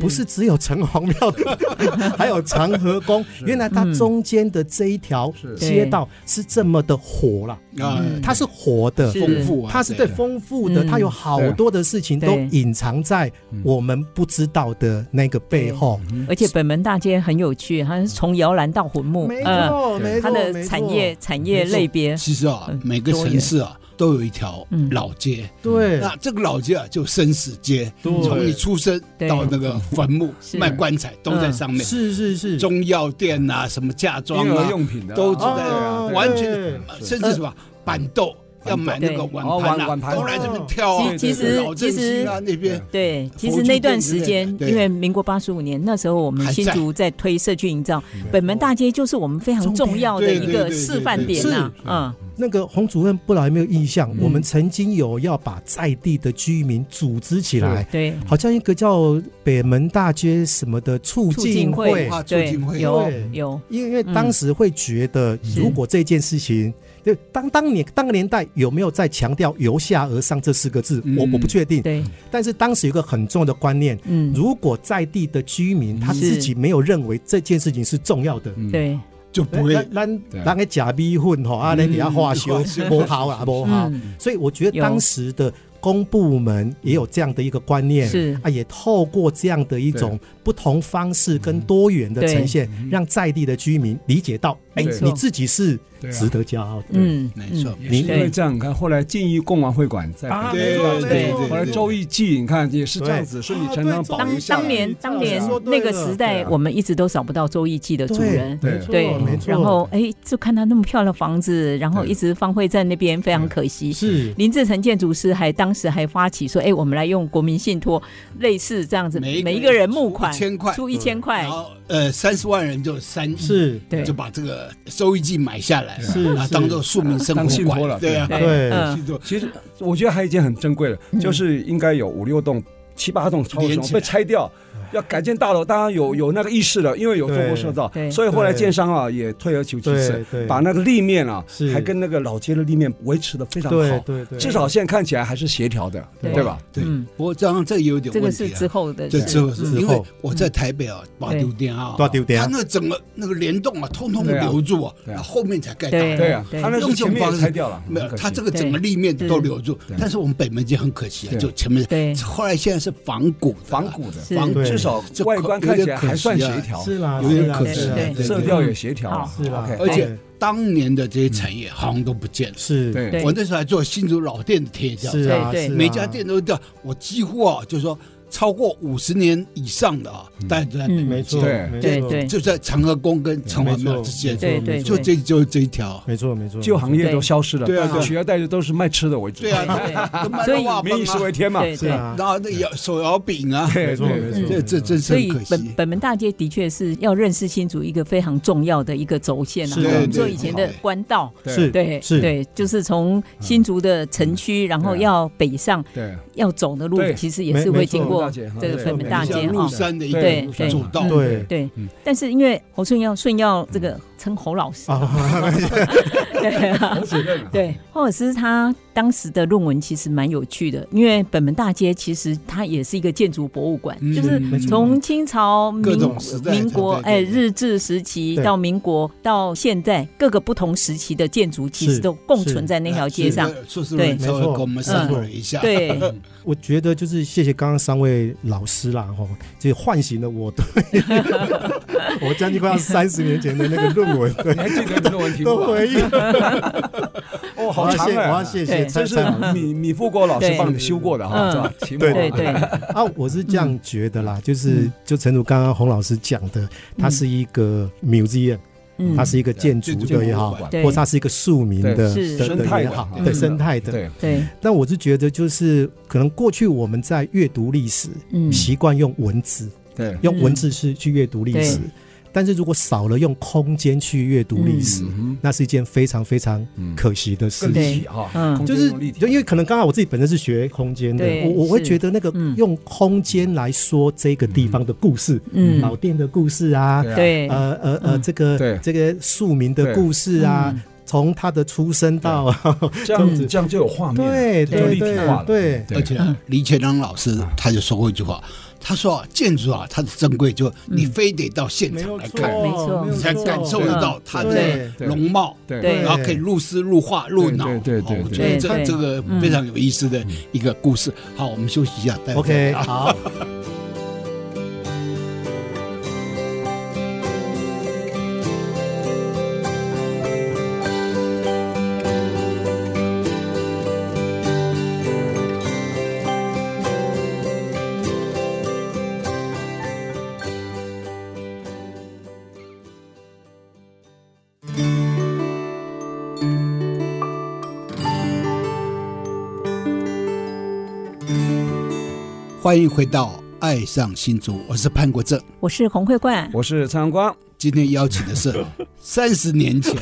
D: 不是只有城隍庙的， 还有长和宫。原来它中间的这一条
B: 是
D: 街道是这么的活啦，
C: 啊，
D: 它是活的，
A: 是
C: 丰富
D: 嗯
C: 啊，
D: 它是对丰富的，
A: 嗯
D: 它有好多的事情都
A: 对
D: 隐藏在
B: 嗯
D: 我们不知道的那个背后。
A: 而且北门大街很有趣，它是从摇篮到魂木，
D: 没
A: 嗯
D: 错，
B: 对
D: 没错，
A: 它的
D: 没错
A: 产业产业类别，
C: 其实啊
A: 嗯，
C: 每个城市啊都有一条
A: 嗯
C: 老街，
D: 对，
C: 那这个老街啊就生死街，
D: 对
C: 从你出生
A: 对
C: 到那个坟墓
A: 是嗯
C: 卖棺材都在上面，
D: 是是是，
C: 中药店啊，什么嫁妆
B: 婴儿
C: 啊，
B: 用品的
C: 都是
B: 啊
C: 在
D: 哦
B: 对
C: 完
D: 对
C: 全呃甚至什么
A: 呃
C: 板豆。要买那个
B: 对
C: 碗盘
B: 哦碗碗
C: 啊，
B: 盘
C: 都来这边挑
A: 其
C: 啊。
A: 其实
C: 老振兴啊那边，
A: 对，其
C: 佛
A: 实
C: 具
A: 那
C: 店
A: 段
C: 之
A: 时
C: 类的
A: 间，
C: 对
A: 因为民国八十五年那时候，我们
C: 还
A: 新
C: 在
A: 竹在推社区营造，北门大街就是我们非常重要的
C: 对
A: 一
C: 对
A: 个
C: 对
A: 示
C: 对
A: 范
C: 对
A: 点
D: 是
A: 呐、啊，
D: 那个洪主任不知道有没有印象，
C: 嗯
D: 我们曾经有要把在地的居民组织起来
A: 嗯，，对，
D: 好像一个叫北门大街什么的促
A: 促进
D: 进
A: 会
D: 会，
C: 啊，促
A: 对
C: 进会
A: 有
D: 对
A: 有，
D: 因为因为当时会觉得，
C: 嗯
D: 如果这件事情。对，当当年当个年代有没有在强调“由下而上”这四个字，我
C: 嗯
D: 我不确定。
A: 对，
D: 但是当时有一个很重要的观念，
A: 嗯，
D: 如果在地的居民他
A: 是
D: 自己没有认为这件事情是重要的，
B: 嗯
A: 对，
C: 就不会
D: 咱咱
B: 对啊
D: 咱个假逼混吼，啊，你底下化修
C: 化修
D: 不好啊，不好。
A: 嗯，
D: 所以我觉得
A: 有
D: 当时的公部门也有这样的一个观念，
A: 是
D: 啊，也透过这样的一种不同方式跟多元的呈现，让在地的居民理解到，哎，
B: 嗯没
A: 错
D: 你自己是
B: 对啊
D: 值得骄傲的。
A: 嗯，
C: 没
A: 嗯
C: 错，
B: 也是因
A: 对
B: 为这样，你看后来进一贡丸会馆在
D: 啊
C: 没错
B: 对
C: 没
B: 对
C: 错
B: 对，后来周易记你看也是这样子，是你常常
D: 对
B: 保留
D: 周易
A: 当
D: 记
B: 下
A: 当
B: 来。
A: 年当年
D: 说对
A: 那个
D: 了
A: 时
B: 对
A: 代，
B: 啊
A: 我们一直都找不到周易记的主人。
D: 没
A: 对
D: 错，没错。
A: 然后哎，就看他那么漂亮的房子，然后
B: 对
A: 一直放会在那边，非常可惜。
D: 是
A: 林志成建筑师还当时还发起说，哎，我们来用国民信托，类似这样子，
C: 每一个
A: 每一个人
C: 人
A: 募
C: 出
A: 款
C: 1000块
A: 出一千块
C: 然，后呃，三十万人就三亿，
D: 是，
A: 对
C: 就把这个收益季买下来，
D: 是
C: 然后
D: 是
C: 当做庶民生
B: 当信
C: 活
B: 托了
C: 馆，对啊，
D: 对
A: 嗯
C: 信托
B: 其实我觉得还有一件很珍贵的，就是应该有五六栋、七八栋超
C: 连
B: 市
C: 起来
B: 被拆掉，要改建大楼，当然有有那个意识了，因为有中国社造
A: 对对，
B: 所以后来建商啊也退而求其次
D: 对，对
B: 把那个立面啊
D: 是
B: 还跟那个老街的立面维持的非常
D: 对
B: 好，
D: 对对，
B: 至少现在看起来还是协调的，
A: 对
B: 对吧？
C: 对
A: 嗯。
C: 不过这样这有点
A: 这
C: 问
A: 个是
C: 题啊
A: 之。后的
C: 这
A: 事，嗯
C: 之后是
D: 之后
C: 因为我在台北
B: 嗯
C: 啊，把
A: 对
C: 丢店啊，
D: 大丢店
C: 它那个整个那个联动啊，通通
B: 对啊
C: 留住啊，
B: 对啊
C: 然后后面才盖大
A: 对
C: 楼。
B: 对啊，
A: 对
B: 他那是前面也拆掉了，
C: 没有
B: 很，可惜
C: 它这个整个立面都留住
B: 对，
C: 但是我们北门街很可惜啊，
B: 对
C: 就前面
A: 对
C: 后来现在是仿古的啊
B: 仿古的
A: 是
C: 仿古
D: 对
B: 至少外观看起来还算协调，啊
D: 是啦，
C: 有点
D: 是啦
C: 可
D: 是
C: 惜
D: 啦
A: 对
B: 色调也协调了
A: 好。
D: 是啦，
B: OK
C: 而且当年的这些产
B: 嗯
C: 业好像都不见了。
D: 是，
B: 对
A: 对
C: 我那时候还做新竹老店的贴条，
D: 是啊，
A: 对对
D: 是啊
C: 每家店都掉，我几乎啊，就是说超过五十年以上的啊，大家都在
A: 嗯
D: 没错，
B: 对
D: 没
A: 对
D: 错
A: 对
C: 就在长和宫跟城隍庙之间，
A: 对对
C: 就这就这一条，
D: 没错没错，
B: 旧行业都消失了，
C: 对啊对啊
B: 取而代之都是卖吃的为主。
C: 对啊，
A: 对
C: 都卖
A: 所
C: 到
A: 以
C: 瓦
B: 民以
C: 邦
B: 食为
C: 啊，
B: 天嘛。
A: 对
D: 是
A: 对。
D: 啊，
C: 然后那摇手摇饼啊，
B: 对
D: 没错
B: 对
D: 没错，
B: 对
C: 这这真是
A: 嗯所以
C: 很可
A: 本
C: 惜。
A: 本门大街的确是要认识清楚一个非常重要的一个轴线啊，
D: 是
A: 我们
D: 对
A: 说
C: 对
A: 以前的
C: 对
A: 官道，
B: 对
D: 是
A: 对
D: 是
A: 对，就是从新竹的城
C: 嗯
A: 区，然后
B: 对啊
A: 要北上
B: 对，
A: 要走的路
B: 对，
A: 其实也是会经过
B: 没没错
A: 这个
D: 大街
A: 北门大
C: 像
A: 街
C: 入
A: 哈。
C: 山的一
A: 对
C: 个
A: 对
C: 主道，
D: 对
A: 对
B: 嗯，
A: 但是因为侯顺耀，顺耀这个称侯老师，
D: 啊，
A: 对啊
B: 我只认了。
A: 对，或者是他当时的论文其实蛮有趣的，因为北门大街其实它也是一个建筑博物馆，
C: 嗯
A: 就是
D: 没错
A: 从清朝、民
C: 各种时代
A: 民国
C: 对对
A: 哎
C: 对
A: 日治时期
D: 对
A: 到民国到现在各个不同时期的建筑其实
D: 是
A: 都共存在那条街上。，
C: 硕士论稍微给我们上了一下，嗯
A: 对，
D: 我觉得就是谢谢刚刚三位老师啦，吼，这唤醒了我对 我将近快要三十年前的那个论文
B: 你还记得这个问题吗？啊
A: 啊
D: 的回忆，
B: 哦，
D: 我
B: 好
D: 要
B: 长
D: 谢我要
B: 哎。
D: 谢
A: 对嗯
D: 谢
B: 这
D: 蔡
B: 是
D: 蔡老师
B: 米米富国老师
A: 对
B: 帮你修过的哈，
A: 嗯
B: 是吧？题目
D: 对
A: 对对，
D: 啊，我是这样觉得
A: 嗯
D: 啦，就是就诚如刚刚洪老师讲的，它是一个 museum，
A: 嗯，
D: 它是一个
B: 啊
D: 建筑的也好，
C: 建筑博物馆
A: 对
D: 或它是一个庶民的
A: 对是
D: 的
B: 生
D: 的
B: 态
D: 也
B: 的
D: 好，
B: 嗯
D: 对生态的。
B: 对
A: 对，
D: 但我是觉得，就是可能过去我们在阅读历史，
A: 嗯，
D: 习惯用文字，
B: 对，
D: 用文字是去阅读历史，但是如果少了用空间去阅读历史，
B: 嗯
D: 那是一件非常非常
B: 嗯
D: 可惜的
B: 更
D: 事情。
B: 立体哈，
A: 嗯
B: 空
D: 就
B: 间
D: 是
B: 更立体
D: 就因为可能刚好我自己本身是学空间的，
A: 对
D: 我我会
A: 是
D: 觉得那个
A: 嗯
D: 用空间来说这个地方的故事，
A: 嗯
D: 老店的故事啊，
B: 啊
A: 对，
D: 呃呃呃，
A: 嗯
D: 这个
B: 对
D: 这个庶民的故事啊
A: 嗯，
D: 从他的出生到
B: 这样子这样就有画面了，
D: 嗯
B: 啊
D: 对
B: 就立
D: 对
B: 体化了
D: 对。对，
B: 对
C: 而且李全良老师他就说过一句话，他说啊，建筑啊，它的珍贵就你非得到现
D: 没
C: 场
D: 有
C: 来
D: 错，
C: 看，
A: 没错
C: 你才感受得到它的
D: 对
C: 容貌，
B: 对
A: 对
C: 然后可以入思入画入脑。
B: 对对对
C: 哦我
B: 对
C: 觉得
A: 对对嗯
C: 这这个非常有意思的一个故事。好，我们休息一下，待会儿
D: OK，
C: 啊
D: 好。
C: 欢迎回到《爱上新竹》，我是潘国正。
A: 我是洪慧冠，
B: 我是蔡阳光，
C: 今天邀请 的是三十年前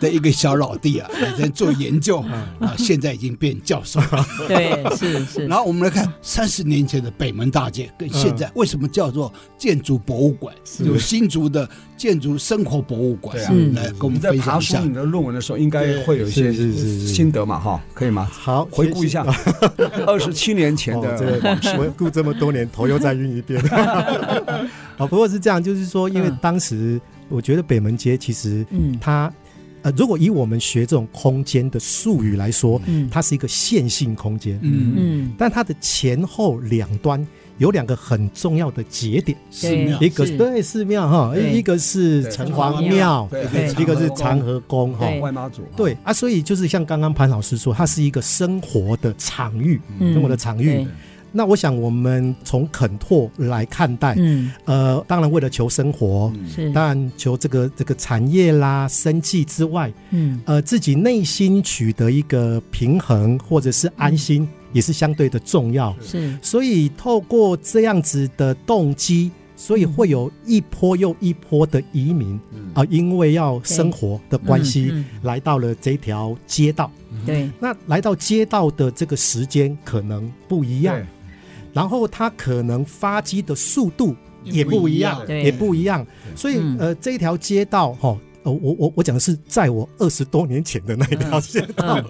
C: 的一个小老弟啊，来在做研究啊，现在已经变教授了。
A: 对，是是
C: 然，后我们来看三十年前的北门大街跟现在为什么叫做建筑博物馆，有新竹的建筑生活博物馆
B: 对啊
A: 嗯
C: 来跟我
B: 你
C: 们
B: 在
C: 分享
B: 爬
C: 一
B: 书
C: 下
B: 你。的论文的时候，应该会有一些
D: 是是是是
B: 心得嘛哈，可以吗？
D: 好，
B: 回顾一下
D: 谢谢
B: 二十七年前
D: 哦
B: 的
D: 这个
B: 往事，
D: 回顾这么多年，头又再晕一 遍。哦，不过是这样，就是说，因为
A: 嗯
D: 当时我觉得北门街其实
A: 嗯
D: 它，呃，如果以我们学这种空间的术语来说，
A: 嗯
D: 它是一个线性空间，
C: 嗯，
A: 嗯，
D: 但它的前后两端有两个很重要的节点，
C: 寺庙
A: 对
D: 一个
A: 嗯是
D: 对寺庙哈，
A: 对
D: 一个是
B: 对
D: 城
A: 城
D: 隍
A: 隍
D: 庙，
B: 对
A: 对
D: 哦一个是长河宫哈。
A: 对
B: 外妈祖，
D: 对啊，所以就是像刚刚潘老师说，它是一个生活的场域，
A: 嗯
D: 生活的场域
A: 对。
D: 那我想，我们从肯拓来看待，
A: 嗯
D: 呃，当然为了求生活，
A: 是，
D: 当然求这个这个产业啦、生计之外，
A: 嗯
D: 呃，自己内心取得一个平衡或者是安心，也是相对的重要。
A: 嗯是，
D: 所以透过这样子的动机，所以会有一波又一波的移民
B: 嗯
D: 啊、因为要生活的关系，
A: 嗯
D: 来到了这条街道。
C: 嗯
A: 对，
D: 那来到街道的这个时间可能不一样
B: 对，
D: 然后它可能发迹的速度也不一样，
A: 对
D: 也不一样。所以
A: 嗯
D: 呃，这一条街道哈，呃，我我我讲的是在我二十多年前的那一条街道，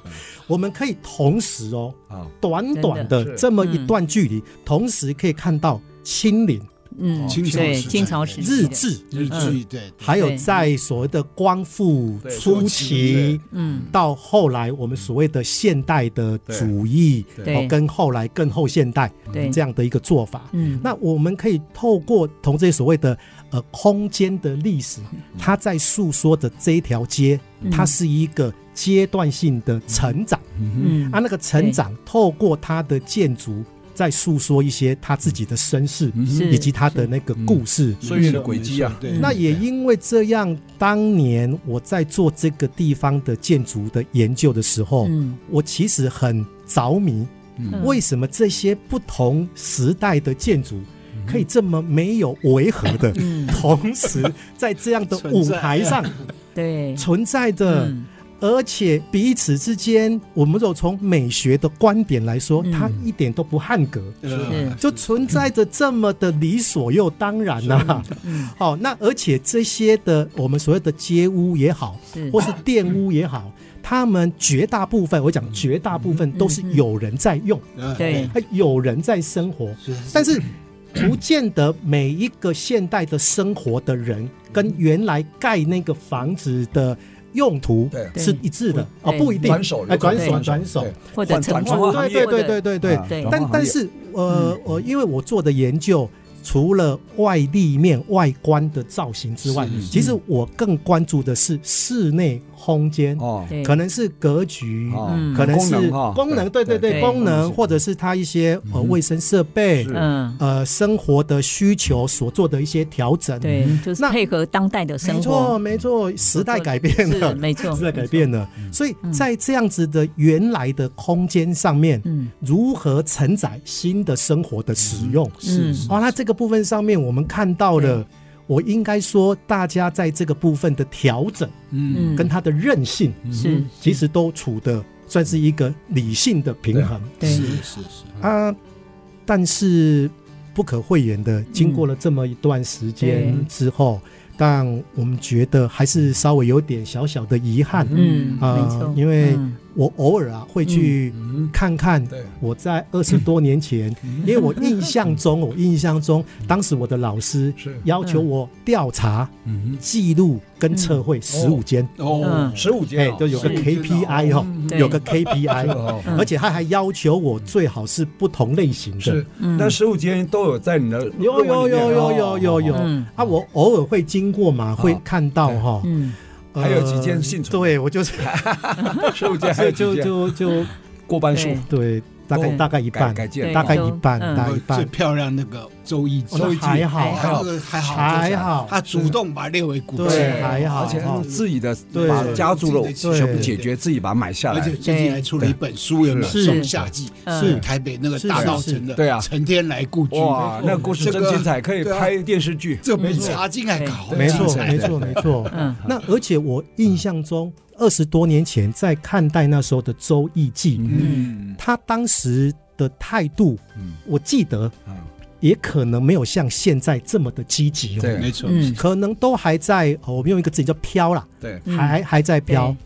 D: 我们可以同时哦，
B: 啊，
D: 短短
B: 真的
D: 的
B: 是
D: 这么一段距离，同时可以看到亲邻。
A: 嗯，
C: 清朝
A: 对
C: 时代
A: 清朝时期
D: 日
A: 的
D: 治，
C: 日
D: 嗯
C: 剧对，
D: 还有
A: 对
D: 在所谓的光复
B: 对
D: 初
C: 初期
D: 期。
A: 嗯，
D: 到后来，我们所谓的现代的主义，
A: 对
D: 哦，跟后来更后现代
A: 对，
D: 这样的一个做法，
A: 嗯，
D: 那我们可以透过从这些所谓的呃空间的历史，它在诉说着这一条街，
A: 嗯
D: 它是一个阶段性的成长、
A: 嗯
D: 啊，那个成长透过它的建筑，在诉说一些它自己的身世、
A: 是
D: 以及它的那个故事。
A: 嗯
B: 岁月的轨迹啊，
C: 对，
D: 那也因为这样，当年我在做这个地方的建筑的研究的时候，
A: 嗯，
D: 我其实很着迷，
A: 嗯
D: 为什么这些不同时代的建筑可以这么没有违和的，
A: 嗯
D: 同时在这样的舞台上
A: 对，
D: 存在着，
A: 嗯
D: 而且彼此之间，我们如果从美学的观点来说，
A: 嗯
D: 它一点都不汉格，
A: 是
D: 就存在着这么的理所又当然呐、
A: 嗯
D: 好、那而且这些的我们所谓的街屋也好，
C: 嗯
A: 是
D: 或是店屋也好，他们绝大部分，我讲绝大部分都是有人在用。
C: 嗯
A: 对
D: 哎，有人在生活，但是不见得每一个现代的生活的人跟原来盖那个房子的用途
B: 对
D: 是一致的啊，
A: 对
D: 不一定
B: 转手
D: 哎，转
A: 对
D: 手转手，
A: 或者
B: 换
A: 成
B: 转
A: 化
B: 换行
D: 对
B: 业
D: 对对对对
B: 啊
A: 对
B: 转
D: 但
B: 换行
D: 但
B: 业
D: 是呃呃，因为我做的研究。除了外立面外观的造型之外，
C: 是是
D: 其实我更关注的是室内空间，
B: 哦，
A: 对
D: 可能是格局，
B: 哦
A: 嗯
D: 可能
B: 功能
D: 是
B: 哈
D: 功能，对对
B: 对
D: 对，
A: 对
D: 功
B: 功
D: 能
B: 能
D: 或者是它一些呃卫生设备，
B: 是
A: 嗯，
D: 呃生活的需求所做的一些调整。，
A: 对，就是
D: 嗯那
A: 配合当代的
D: 没
A: 生
D: 错
A: 活，
D: 没错，时代改变
A: 是
D: 了，
A: 没错，
D: 时代改变了，所以
A: 嗯
D: 在这样子的原来的空间上面，
A: 嗯
D: 如何承载新的生活的使用？
A: 嗯
C: 呃
D: 哦，那这个部分上面我们看到了。我应该说，大家在这个部分的调整
A: 嗯，
D: 跟嗯它的韧性，
A: 是
D: 其实都处的算是一个理性的平衡。
A: 对
C: 是是是，
D: 啊，但是不可讳言的，经过了这么一段时间
A: 对
D: 之后，但我们觉得还是稍微有点小小的遗憾。
A: 嗯，
D: 啊
A: 没错，
D: 因为
A: 嗯
D: 我偶尔啊会去
B: 嗯，
D: 看看
B: 对，
D: 我在二十多年前，
A: 嗯
D: 因为我印象中，我印象中当时我的老师
B: 是
D: 要求我调查、
B: 嗯
D: 记录跟测
A: 嗯
D: 绘十五间，
B: 哦，十五
D: 哎
B: 间，
D: 都有个 KPI 哦，
A: 嗯对
D: 有 个 KPI，
B: 哦，
A: 嗯
D: 而且他还要求我最好是不同类型的。
B: 是，
A: 嗯
B: 那十五间都有在你的
D: 有有有有有
B: 哦
D: 有有
A: 嗯
D: 啊！我偶尔会经过嘛，会看到哈。
A: 嗯
D: 呃
B: 还有几件幸存
D: 对我就是
B: 十五间还有
D: 就
B: 几间
D: 就就
B: 过半数
A: 对
D: 对，大概
B: 哦
D: 大概一
B: 一
D: 半，
B: 改建
A: 对
D: 大概一半，
A: 嗯
D: 大概一
C: 最
D: 半，
C: 漂亮那个周易
D: 哦那
B: 周易
D: 还好
A: 还
C: 那个还好
D: 还好，
C: 他主动把它列为古迹，
D: 对还好
B: 而且
D: 哦
B: 用自己的
D: 对
B: 把家族的
C: 对
B: 全部解决，自己把它买下
C: 而
B: 来
C: 且，最近还出了一本书，有没有？
D: 是
C: 仲夏季
A: 嗯
C: 是台北那个大道城的，
B: 对啊
C: 陈天来故居，
B: 哇，那故事真精彩，可以
C: 对啊
B: 拍电视剧。
C: 这比茶经还搞，
D: 没错
C: 精彩
D: 没错 没错。
A: 嗯
D: 那而且我印象中，二十多年前在看待那时候的《周易记》，
B: 嗯
D: 他当时的态度，
B: 嗯
D: 我记得
B: 嗯，
D: 也可能没有像现在这么的积极哦。
B: 对
C: 没错，
A: 嗯
D: 可能都还在，哦我们用一个字叫飘啦，
B: 对，
A: 嗯
D: 还还在飘
A: 对。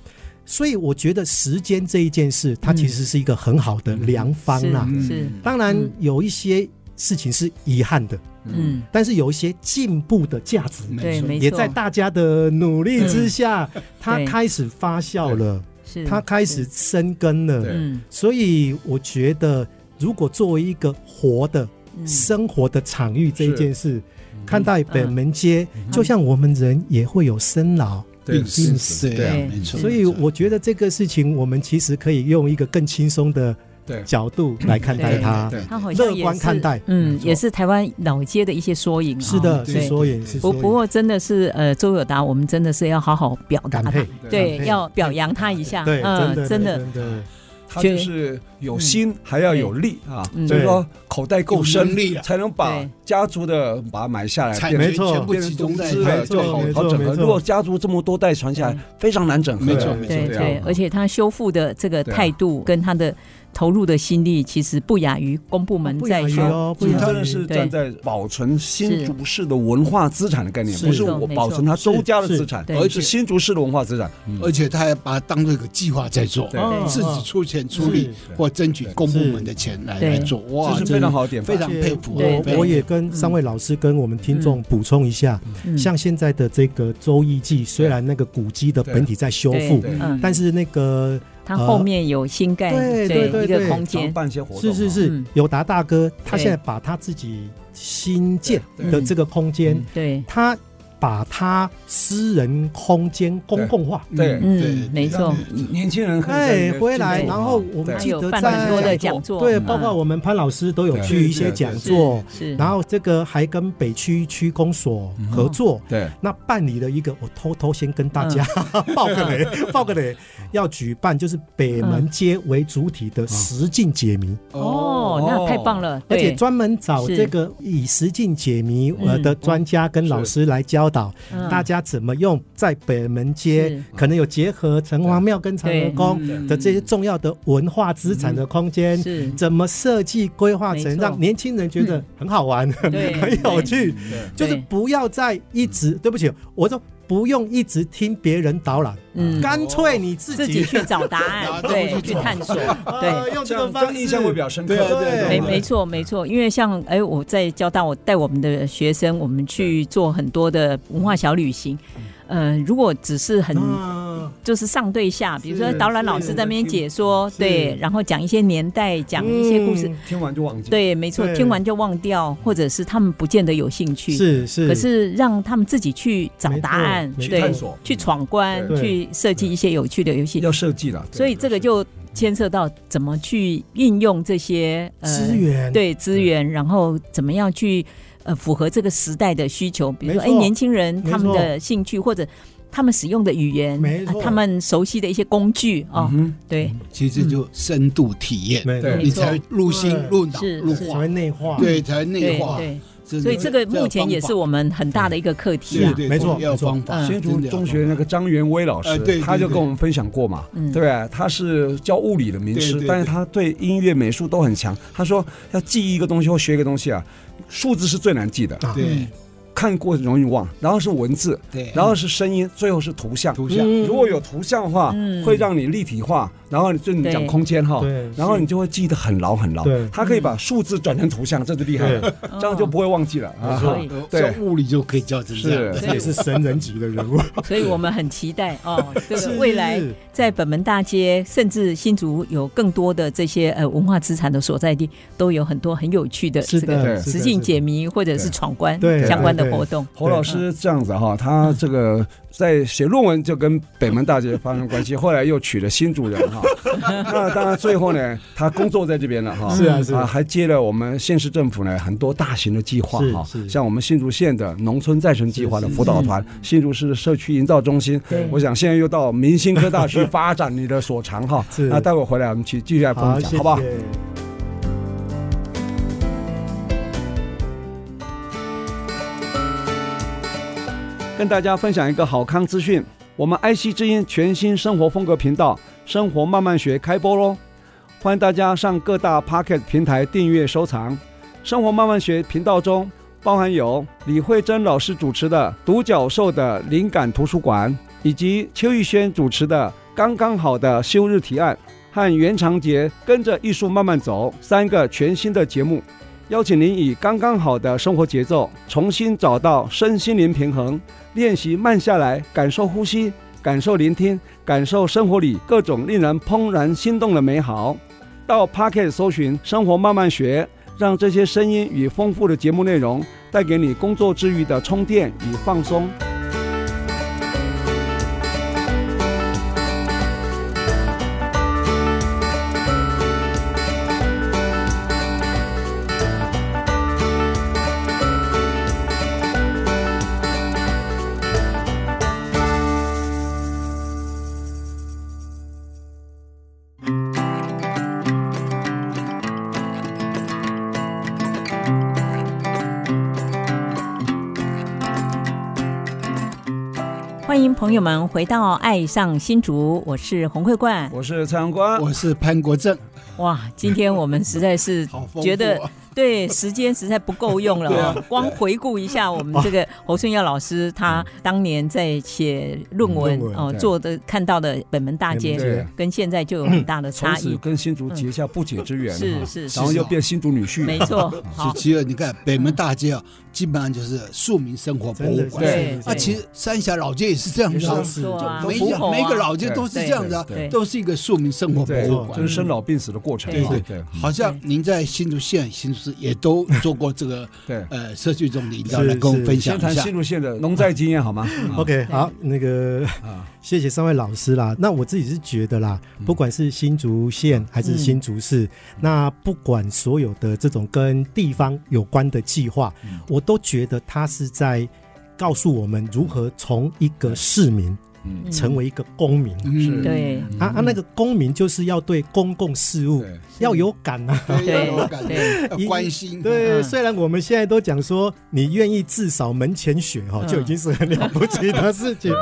D: 所以我觉得时间这一件事，它其实是一个很好的良方啦。
A: 嗯是是
D: 当然
A: 嗯
D: 有一些事情是遗憾的，
A: 嗯
D: 但是有一些进步的价值，
A: 对，没错，嗯
D: 也在大家的努力之下， 它开始发酵了，
A: 是
D: 它开始生根了。
A: 嗯
D: 所以我觉得，如果作为一个活的
A: 嗯
D: 生活的场域这一件事，看待北
A: 嗯
D: 门街，就像我们人也会有生老
B: 对
D: 病
B: 是
D: 死，
C: 对啊
A: 对，
C: 没错。
D: 所以我觉得这个事情，我们其实可以用一个更轻松的
B: 对
D: 角度来看待它。
B: 对
A: 他好像也
D: 乐观
A: 是
D: 看待
A: 嗯
D: 没，错
A: 也是台湾老街的一些缩影啊。
D: 是的，
A: 对
D: 是说也是
A: 不
D: 说
A: 不
D: 也。
A: 过真的是呃，周友达，我们真的是要好好表达
D: 感
A: 他
D: 佩，
A: 对
D: 感，佩
A: 要表扬他一下，
D: 对，真
A: 嗯，
D: 的
A: 真的，
D: 真的，
B: 他就是有心还要有力啊，
A: 嗯
B: 就是说口袋够
C: 有
B: 深
C: 能力啊
B: 才能把
A: 对
B: 家族的把它买下来，
C: 产
B: 变成
D: 没
C: 权
D: 错
C: 全部
B: 变
C: 集
B: 成
C: 中
B: 中
C: 在
B: 资了
D: 没
B: 就
D: 错
B: 好
D: 没错
B: 好整合。
D: 没错
B: 如果家族这么多代传下来
A: 嗯，
B: 非常难整合。
C: 没错
B: 对啊
C: 没错
A: 对
B: 这
A: 对
B: 样，
A: 而且他修复的这个
B: 对啊
A: 态度跟他的投入的心力其实不亚于公部门
D: 不亚
A: 在
D: 于
A: 学。
D: 哦，不
B: 所以
D: 亚
B: 它
D: 于
B: 的是
A: 对
B: 站在保存新竹市的文化资产的概念，
D: 是
B: 不是
A: 没错
B: 我
A: 没
B: 保
A: 错
B: 存它周家的
D: 是
B: 资产，
A: 对
B: 而是新竹市的文化资产。
C: 而且他还把它当做一个计划在做，
B: 嗯对
D: 哦
C: 自己出钱出力
B: 是
C: 或争取公部
D: 是
C: 门的钱来
A: 对
C: 来做，哇，
B: 这是非常好的典范
C: 非常佩服啊。
A: 对
C: 非常
D: 我我也跟三位老师跟我们听众补充一下，
A: 嗯
D: 像现在的这个《周易记》，虽然那个古迹的本体在修复，
B: 对
A: 嗯，
D: 但是那个
A: 它后面有新盖
D: 对对对
A: 一个
D: 对
A: 空
B: 常
A: 间，
B: 办一些活动啊，
D: 是是是
A: 嗯，
D: 友达大哥他
A: 对
D: 现在把他自己新建
B: 对
D: 的这个空间，
A: 对，
D: 他把他私人空间公共化。
B: 对
C: 嗯对
A: 嗯，没错，
B: 年轻人可以在里
D: 哎，
B: 面
D: 回来，
B: 进步
D: 然
B: 啊
D: 后我们
B: 对
A: 还
D: 记
A: 有
D: 得
A: 办
D: 在
A: 很多的讲座，
D: 对，
A: 嗯
D: 包括我们潘老师都有
B: 对
D: 去一
B: 对
D: 些
B: 对
D: 讲
B: 是
D: 座，
A: 是，
D: 然
A: 后
D: 后这个还跟北区区公所合作，
B: 对
D: 那办理了一个，我偷偷先跟大家、 报个雷，报个雷，要举办就是北门街为主体的实境解谜，
A: 哦，那太棒了，
D: 而且
A: 对
D: 专门找
A: 是
D: 这个以实境解谜呃
A: 嗯
D: 的专家跟老师来教导
A: 嗯
D: 大家怎么用在北门街
A: 是，
D: 可能有结合城隍庙跟长
A: 对
D: 和宫
A: 嗯
D: 的这些重要的文化资产的空间，
A: 是
D: 怎么设计规划
A: 没
D: 成
A: 错嗯
D: 让年轻人觉得很好玩、
A: 对
D: 很有
A: 对
D: 趣，
A: 嗯
D: 就是不要再一直对不起，我说不用一直听别人导览，
A: 嗯
D: 干脆你自
A: 自
D: 己
A: 己去找答案，对，去探索，
D: 啊
A: 对。
D: 用
B: 这
D: 这个
B: 样这
D: 方
B: 样
D: 式
B: 印象会比较深刻。
D: 对对
A: 没
D: 对
A: 没错没错，因为像哎，我在交大，我带我们的学生，我们去做很多的文化小旅行。呃，如果只是很
D: 啊
A: 就是上对下，比如说
D: 是
A: 导览老师在那边解说，对，然后讲一些年代，讲一些故事，
D: 嗯
B: 听完就忘记。，
A: 对，没错，
D: 对
A: 听完就忘掉，或者是他们不见得有兴趣。
D: 是是，
A: 可是让他们自己去找答案，
D: 没错
A: 对
B: 去探索
A: 去闯关，
D: 对
A: 去设计一些有趣的游戏。
B: 要设计了。对
A: 所以这个就牵涉到怎么去运用这些呃
D: 资，源
A: 对资源，然后怎么样去呃符合这个时代的需求，比如说
D: 没
A: 哎
D: 错
A: 年轻人
D: 没
A: 他们
D: 错
A: 的兴趣或者。他们使用的语言
D: 没，
A: 啊
D: 错
A: 他们熟悉的一些工具哦，
B: 嗯
A: 对，
C: 其实就深度体验，
D: 没错
B: 对
C: 你才入心
D: 对
C: 入脑
A: 是
C: 入
A: 是
D: 才
C: 化
D: 会，内化，
C: 对，才内
A: 对
C: 化。
A: 对，
C: 真的
A: 所以这个目前也是我们很大的一个课
C: 这
A: 题
C: 个
A: 啊
C: 方法，对对
D: 没错
C: 对要
D: 没错
C: 方法。
A: 嗯
B: 新
C: 真
B: 竹
C: 的要
B: 中
C: 方法
B: 学那个张元威老
C: 呃
B: 师，
C: 对对
B: 他就跟
C: 对
B: 我们分享过嘛，
A: 嗯
B: 对不对，他是教物理的名
C: 对
B: 师，
C: 对
B: 但是
C: 对
B: 他对音乐、美术都很强。他说要记一个东西或学一个东西啊，数字是最难记的，
D: 啊
C: 对
B: 看过容易忘，然后是文字，
C: 对，
B: 嗯然后是嗯声音，最后是图像。
C: 图像
B: 如果有图像的话
A: 嗯，
B: 会让你立体化，然后就你讲
A: 对嗯
B: 空间哈，
D: 对
B: 然后你就会记得很牢很牢
D: 对。
B: 他可以把数字转成图像，这是厉害
D: 对
B: 的，，这样就不会忘记了
A: 哦
B: 啊。
A: 所以
B: 对
C: 像物理就可以教成这样的。
A: 是
D: 这也是神人级的人物，
A: 所以我们很期待 哦，这
D: 是
A: 个未来
D: 是
A: 在本门大街，甚至新竹有更多的这些呃文化资产的所在地，都有很多很有趣的
D: 是
A: 这个
D: 的，
B: 对
D: 是
A: 实
D: 的
A: 境解，
D: 是的
A: 谜或者是闯关
D: 对
A: 相关的活动。
B: 侯老师这样子哈，他这 个在写论文就跟北门大姐发生关系，后来又娶了新主人 哈。那当然最后呢，他工作在这边了哈。
D: 是啊是
B: 啊，
D: 啊，
B: 还接了我们县市政府呢很多大型的计划
D: 是
B: 哈
D: 是，
B: 像我们新竹县的农村再生计划的辅导团，新竹市的社区营造中心
A: 对，
B: 我想现在又到明星科大去发展你的所长哈
D: 是。
B: 那待会儿回来我们去继续来分
D: 好，
B: 享，
D: 谢
B: 好不好？
D: 谢
B: 跟大家分享一个好康资讯，我们爱惜之音全新生活风格频道《生活慢慢学》开播喽！欢迎大家上各大 Pocket 平台订阅收藏。《生活慢慢学》频道中包含有李慧珍老师主持的《独角兽的灵感图书馆》，以及邱玉轩主持的《刚刚好的休日提案》和袁长杰《跟着艺术慢慢走》三个全新的节目。邀请您以刚刚好的生活节奏，重新找到身心灵平衡，练习慢下来，感受呼吸，感受聆听，感受生活里各种令人怦然心动的美好。到 Pocket 搜寻“生活慢慢学”，让这些声音与丰富的节目内容带给你工作之余的充电与放松。
A: 迎朋友们回到《爱上新竹》，我是洪慧冠。
B: 我是蔡阳光，
C: 我是潘国正，
A: 哇，今天我们实在是
C: 好丰富、啊，
A: 觉得对时间实在不够用了、
C: 对
A: 哦
C: 啊，
A: 光回顾一下我们这个侯顺耀老师，他当年在写论文
D: 论文
A: 哦
D: 对
A: 做的看到的北门大
D: 北
A: 街
D: 门
B: 对，
A: 跟现在就有很大的
B: 从
A: 差
B: 此
A: 异，
B: 跟新竹结下不解之缘
A: 嗯是
B: 哈
A: 是是
B: 然后又变新竹女
A: 没
B: 婿，
A: 错，
B: 啊
A: 好
C: 是，只有你看北门大街啊，基本上就是庶民生活博
D: 真
B: 哦
C: 物
D: 的
C: 馆。
A: 对
C: 啊，其实三峡老街也是这样子啊，
A: 是啊
C: 每一
A: 虎
C: 家
A: 口啊
C: 每一个老街都是这样子啊
B: 对对，
A: 对
C: 都是一个庶民生活博
B: 对
C: 物，
B: 就
C: 馆
B: 是。生老病死的过程，
A: 对
B: 对对
C: 好像您在新竹县、新竹市也都做过这个
B: 对。
C: 呃社区中的营造，
D: 是
C: 来跟我们分享
B: 先谈
C: 一下
B: 新。竹县的农寨经验好吗
D: 嗯 OK，好，那个
B: 啊，
D: 谢谢三位老师啦。那我自己是觉得啦，
B: 嗯
D: 不管是新竹县还是新竹市，那不管所有的这种跟地方有关的计划，
B: 嗯
D: 我都觉得它是在告诉我们如何从一个市民
B: 嗯，
D: 成为一个公民。
C: 嗯
B: 是嗯
A: 对
D: 啊啊！那个公民就是要对公共事务
B: 对
D: 要有感啊。
C: 对
A: 对
C: 有感觉，
A: 对
C: 要关 心。
D: 对，
A: 嗯
D: 虽然我们现在都讲说你愿意至少门前雪哈、
A: 嗯
D: 就已经是很了不起的事 情。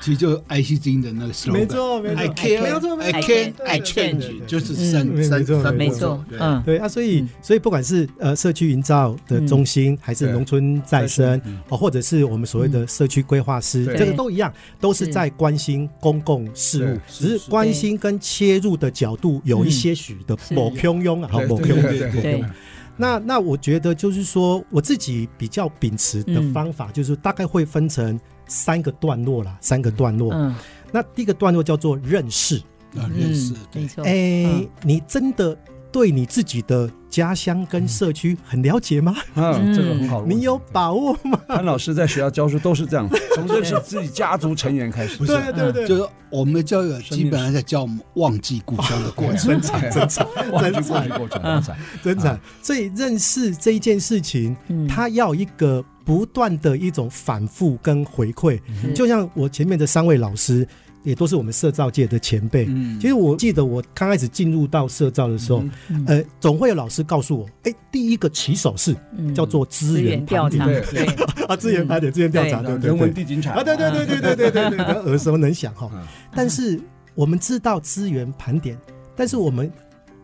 C: 其实就 IC 精的那个 slogan，
D: 没错，没
C: ，I
D: 错。
C: care, I can, I
D: 对对
C: change，
D: 对
C: 就是
A: 嗯
C: 三
D: 没
C: 三
D: 错
C: 三
A: 没
C: 步
A: 错
C: 骤，对
A: 嗯，
D: 对啊，所以、
A: 嗯
D: 所以不管是呃社区营造的中心，还是
B: 对
D: 农村再生
B: 嗯，
D: 哦，或者是我们所谓的社区规划师，
B: 对
D: 这个都一样，都是在关心公共事务
B: 对，
D: 只是关心跟切入的角度有一些许的
A: 是
D: 某汹涌啊，好
B: 对
D: 某
B: 对
D: 汹
B: 对
D: 涌。
B: 对对
A: 对，嗯
D: 那那我觉得就是说，我自己比较秉持的
A: 嗯
D: 方法，就是大概会分成三个段落啦，三个段落。
A: 嗯，
D: 那第一个段落叫做认识，
C: 啊
A: 嗯
C: 认识，
A: 没
C: 对，
A: 错，
D: 哎、
A: 嗯
D: 你真的对你自己的家乡
A: 嗯
D: 跟社区很了解吗？
B: 嗯，这个很好的问题。
D: 你有把握吗？
B: 潘老师在学校教书都是这样，从认识自己家族成员开始。
C: 不是
D: 对对对，
C: 就是我们的教育基本上在教我们忘记故乡的过程。
D: 真惨真惨
B: 忘记
D: 真
B: 过去
D: 惨
B: 过程，真惨
D: 真
C: 啊
D: 惨。所以认识这一件事情，
A: 嗯
D: 它要一个不断的一种反复跟回馈。
A: 是
D: 就像我前面的三位老师，也都是我们社造界的前辈。
B: 嗯
D: 其实我记得我刚开始进入到社造的时候，
A: 嗯
D: 呃，总会有老师告诉我，哎，第一个起手是
A: 嗯
D: 叫做资
A: 资
D: 源
A: 源调
D: 盘
A: 查，
D: 点
B: 对
A: 对，
D: 啊，资源盘点，资源调查，
A: 嗯
D: 对对
B: 人
D: 对
B: 文。地景产
D: 啊，对对对对对对对对，大家耳熟能详哈
B: 嗯。
D: 但是我们知道资源盘点，但是我们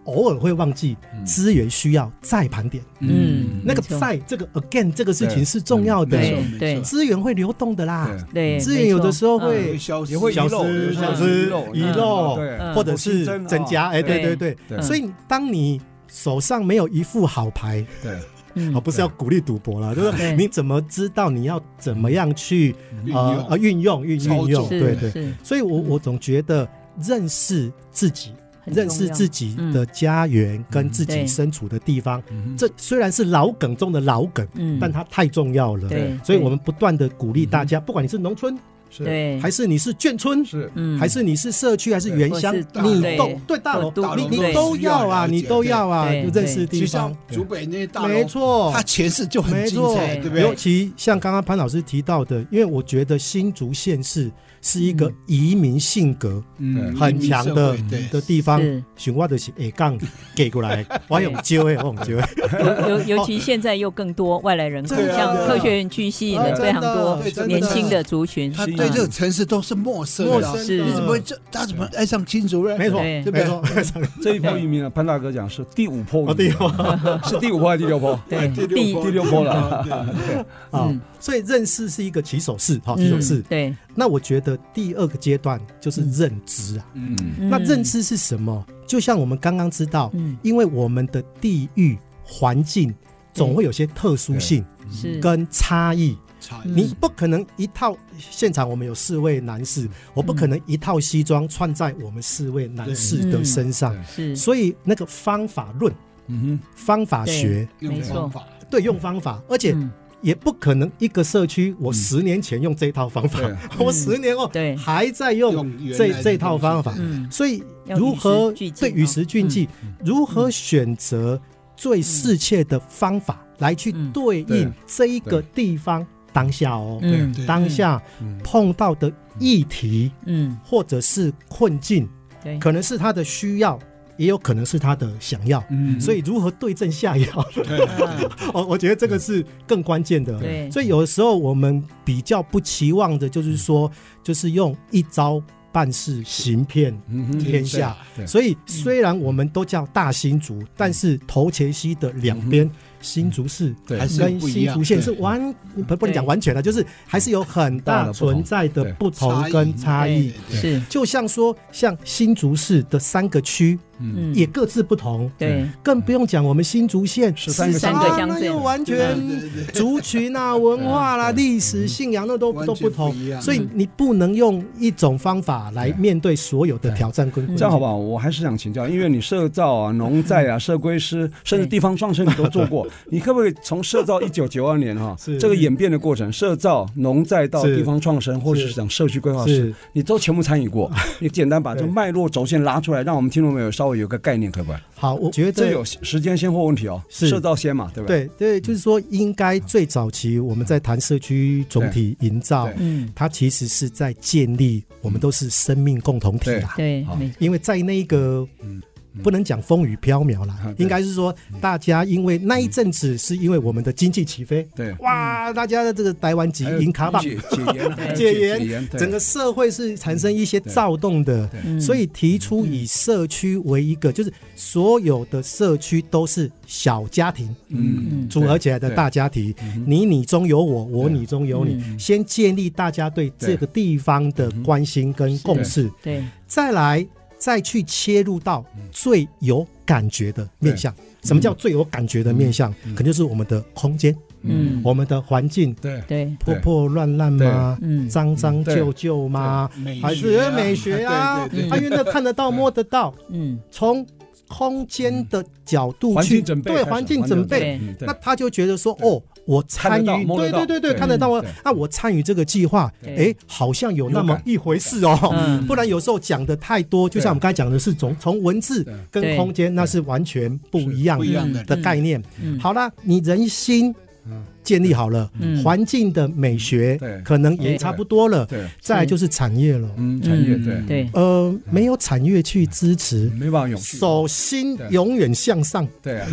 D: 偶尔会忘记
B: 嗯
D: 资源需要再盘点。
A: 嗯
D: 那个
A: 没错
D: 再这个 again 这个事情
B: 对
D: 是重要的，
A: 对
C: 嗯没错
A: 对
D: 资源会流动的啦，
B: 对
A: 对，
D: 资源有的时候会
C: 也会消失，
B: 嗯也会遗
D: 消
B: 漏
D: 失、
B: 有
D: 消
B: 时候遗
D: 失
B: 漏、
D: 遗
A: 嗯
D: 漏，
B: 对
A: 嗯
D: 或者是
B: 我新增
C: 哦
D: 增加。
B: 啊
D: 哎，对
A: 对
D: 对对。
B: 对
D: 所以当你手上没有一副好牌，哦
B: 对，
A: 嗯
D: 好，不是要鼓励赌博啦，就是
A: 对
D: 你怎么知道你要怎么样去
C: 运
D: 呃
C: 用
D: 呃运用运
C: 操
D: 运
C: 作
D: 用，
A: 是
D: 对对。
A: 是
D: 所以我我总觉得认识自己，
A: 很
D: 认识
A: 重要
D: 自己的家园跟自己
A: 对
D: 身处的地方，
B: 嗯
D: 这虽然是老梗中的老梗，
A: 嗯
D: 但它太重要了。
A: 对，
D: 所以我们不断的鼓励大家，不管你是农村，
B: 是
A: 对
D: 还是你是眷村，
B: 是
A: 嗯
D: 还是你是社区，还是原乡
A: 或是，大
D: 你
A: 楼
D: 都对大楼
A: 或，都
D: 你
A: 市
D: 你都要啊，
C: 对
D: 你都要啊，
A: 对
D: 就认识
C: 就
D: 地
C: 像
D: 方，
C: 竹北那些大楼，
D: 没，错
C: 它。前世就很
D: 没
C: 精
D: 错
C: 彩，对不
D: 尤
C: 对？
D: 其像刚刚潘老师提到的，因为我觉得新竹县市是一个
A: 嗯
D: 移民性格
C: 嗯
D: 很强的
C: 移民社会对，
D: 的地方，
A: 是
D: 想我就是下杠给 过来，我用招诶，我用欸招诶，
A: 尤尤尤其现在又更多外来人口，
D: 对啊
A: 像
D: 对啊
A: 科学园区吸引
D: 啊
A: 了非常多
C: 对真的
A: 年轻的族群，
C: 他
B: 吸引
C: 对
B: 人
C: 这个城市都是陌生
D: 陌
C: 的，
D: 生
A: 是
C: 你
D: 的
C: 怎么会这他怎么爱上新竹人？
D: 没错，
A: 对
D: 没错，没错
B: 这一波移民啊，潘大哥讲是第五波移民，
D: 哦第五
B: 是第五波还是第六波？
A: 对
C: 第
A: 第
C: 六
B: 第六波了，
D: 啊
A: 嗯。
D: 所以认识是一个起手式，哈，起手式
A: 嗯。对，
D: 那我觉得第二个阶段就是认知啊。
B: 嗯，
A: 嗯
D: 那认知是什么？就像我们刚刚知道，
A: 嗯
D: 因为我们的地域环境总会有些特殊性
A: 是
D: 跟差异，
C: 差
A: 嗯
C: 异，
D: 你不可能一套现场我们有四位男士，我不可能一套西装穿在我们四位男士的身上，
B: 对
A: 是
D: 所以那个方法论、
B: 嗯
D: 方法学，
C: 用
A: 没错
C: 方法，
D: 对用方法，而且
A: 嗯
D: 也不可能一个社区我十年前用这套方法，
B: 对
D: 我十年后
A: 嗯对
D: 还在用
C: 用原来的
D: 这这套方法
C: 东，西
A: 嗯
D: 所以
A: 要
D: 如何
A: 与时俱进
D: 对
A: 哦
D: 与时俱进，如何选择最适切的方法来去
A: 嗯
D: 对应
B: 对
D: 这一个
B: 对
D: 地方当下哦，
A: 嗯
C: 对
D: 当下
B: 嗯
D: 碰到的议题
A: 嗯
D: 或者是困境，
A: 对
D: 可能是他的需要，也有可能是他的想要。
B: 嗯
D: 所以如何对症下药，
A: 嗯
D: 哦，我觉得这个是更关键的。
A: 对
D: 所以有的时候我们比较不期望的，就是说，就是用一招办事行骗
B: 嗯
D: 天下。
C: 对
D: 所以虽然我们都叫大新竹，但是头前溪的两边新竹市
C: 对还是
D: 跟
C: 不一
D: 新
C: 样
D: 竹县
C: 对
D: 是完不不能
A: 对
D: 讲完全的，就是还是有很大存在的不同跟差异。
C: 对
A: 嗯是，
D: 就像说，像新竹市的三个区
B: 嗯
A: 嗯，
D: 也各自不同，
A: 对，
D: 更不用讲我们新竹县
B: 13个
A: 乡
D: 啊
A: 镇
D: 那又完全
C: 对嗯对对对
D: 族群啊、文化啦、
B: 对
D: 历史、信仰那都
C: 完全
D: 都不同
C: 不一，样
D: 所以你不能用一种方法来面对所有的挑战跟困
B: 这样好
D: 境。
B: 不好？我还是想请教，因为你社造 啊、农在啊、社规师，甚至地方创生你都做过，你可不可以从社造一九九二年哈、
D: 是
B: 这个演变的过程，社造、农在到
D: 是
B: 地方创生，或者是讲社区规划师
D: 是，
B: 你都全部参与 过，你简单把这
D: 对
B: 个脉络轴线拉出来，让我们听众朋友稍微有个概念，可不可以？
D: 好，我觉
B: 这
D: 得
B: 有时间先后问题哦，
D: 是
B: 社造先嘛，对不对？
D: 对对，就是说，应该最早期我们在谈社区总体营造
B: 对，
A: 嗯，
D: 它其实是在建立我们都是生命共同体啊。
A: 嗯对，
B: 好
A: 没
D: 因为在那一个
B: 嗯嗯
D: 不能讲风雨飘渺啦
B: 啊，对
D: 应该是说大家因为那一阵子是因为我们的经济起飞，
B: 对
D: 哇，大家的这个台湾级
B: 嗯还有
D: 银卡棒
B: 解解 严啊，还有
D: 戒
B: 解严，
D: 烟，
B: 对
D: 整个社会是产生一些躁动的，
A: 嗯
D: 所以提出以社区为一个，就是所有的社区都是小家庭
B: 嗯
D: 组合起来的大家庭，你你中有我，我你中有你，
B: 嗯
D: 先建立大家对这个地方的关心跟共识，
A: 对，
D: 再来再去切入到最有感觉的面向。什么叫最有感觉的面向？可能就是我们的空间，
A: 嗯，
D: 我们的环境。
B: 对
A: 对，
D: 破破烂烂吗？
A: 嗯
D: 脏脏旧旧吗？
C: 美
D: 还
C: 学
D: 是
C: 啊
D: 美学啊？
C: 对对
D: 啊，因为那看得到、摸得到，
A: 嗯，
D: 从空间的角度
B: 环
D: 去
B: 境准备开
D: 对
B: 始，
D: 环境准
A: 环
D: 备，
A: 境
B: 嗯对
D: 那他就觉得说，
B: 对
D: 哦，我
B: 看
D: 参与，
B: 得到摸得
D: 对
B: 到
D: 对对对，
B: 对
D: 看得到啊
B: 对。
D: 那我参与这个计划，
A: 对
D: 哎，好像有那
B: 有
D: 么
B: 感
D: 一回事哦。
A: 嗯，
D: 不然有时候讲的太多，就像我们刚才讲的是从从文字
B: 对
D: 跟
A: 对
D: 空间，那是完全不一样
C: 不一样的
D: 的概念。
A: 嗯，
D: 好啦，你人心
B: 嗯
D: 建立好了，
A: 嗯
D: 环境的美学
B: 对
D: 可能也差不多了，
B: 对，
D: 再来就是产业了。
B: 嗯，产业
A: 嗯
B: 对，
A: 对，
D: 呃，没有产业去支持，
B: 没办法永续，
D: 手心永远向上，
B: 对啊，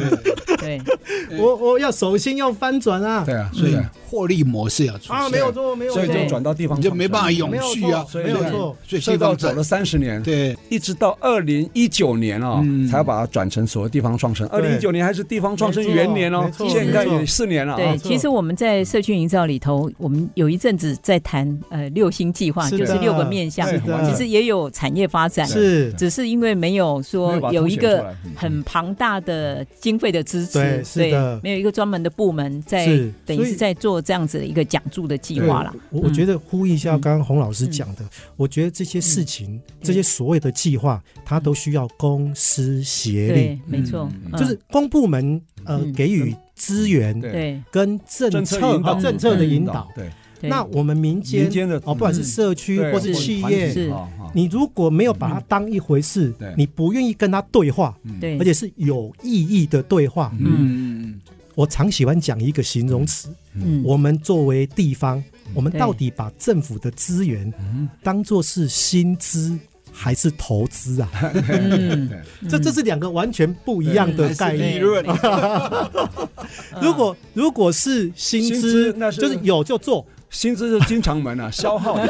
A: 对，
C: 对
D: 我我要手心要翻转啊！
B: 对啊，
C: 所
B: 是
C: 以
B: 的，
C: 获利模式要出
D: 啊，
C: 现，
D: 没有错，没有
B: 所以
D: 错，
B: 就转到地方创
C: 你就
B: 生，
C: 没办法永
D: 没有
C: 续啊
D: 错，，
B: 所以
D: 没有
B: 对
D: 错，啊
C: 所以
B: 社
C: 地
B: 造
C: 方
B: 走了三十年，
C: 对
B: 一直到二零一九年哦，
C: 嗯
B: 才把它转成所谓地方创生。二
D: 对
B: 零一九年还是地方创生元年哦
D: 没，错
B: 现在
D: 没错
B: 也四年了啊
A: 对，。其实我们在社区营造里头，我们有一阵子在谈呃六星计划，
D: 是
A: 就
D: 的
A: 是六个面向
D: 是，的
A: 其实也有产业发展，
D: 是，
A: 只是因为没有
B: 没
A: 说
B: 有把它
A: 有一
B: 凸显出
A: 个
B: 来嗯
A: 很庞大的经费的支持，
D: 对是的
A: 没有一个专门的部门在
D: 是
A: 等于
D: 所以
A: 是在做这样子的一个讲述的计
D: 对
A: 划啦。
D: 我我
A: 嗯
D: 觉得呼应一下
A: 嗯
D: 刚刚洪老师讲的，我觉得这些事情，这些所谓的计划，它都需要公私协力，
A: 对，没错，嗯
D: 就是公部门呃
A: 嗯
D: 给予资源，
B: 对
A: 对
D: 跟政
B: 政
D: 策
B: 策引导，
D: 啊政策的
A: 嗯
D: 引导。
B: 对，
A: 对
D: 那我们民间
B: 民间的
D: 哦，不管是
A: 嗯
D: 社区
B: 对
D: 或是
B: 或者
D: 企
B: 团体
D: 业，
A: 是
B: 啊啊
D: 你如果没有把它当一回事
B: 对，
D: 你不愿意跟他对话，
B: 嗯
A: 对，
D: 而且是有意义的对话。
A: 嗯
C: 嗯，
D: 我常喜欢讲一个形容词，
A: 嗯
D: 我们作为地方，我们
A: 对
D: 到底把政府的资源
B: 嗯
D: 当做是薪资还是投资啊？
A: 嗯
B: 对
D: 这这是两个完全不一样
B: 嗯
D: 的
C: 还是
D: 概
C: 利
D: 念。
C: 润，
D: 如果如果是薪
B: 薪
D: 资
B: 资，那是
D: 就是有就做，
B: 薪资是经常门啊，消耗的；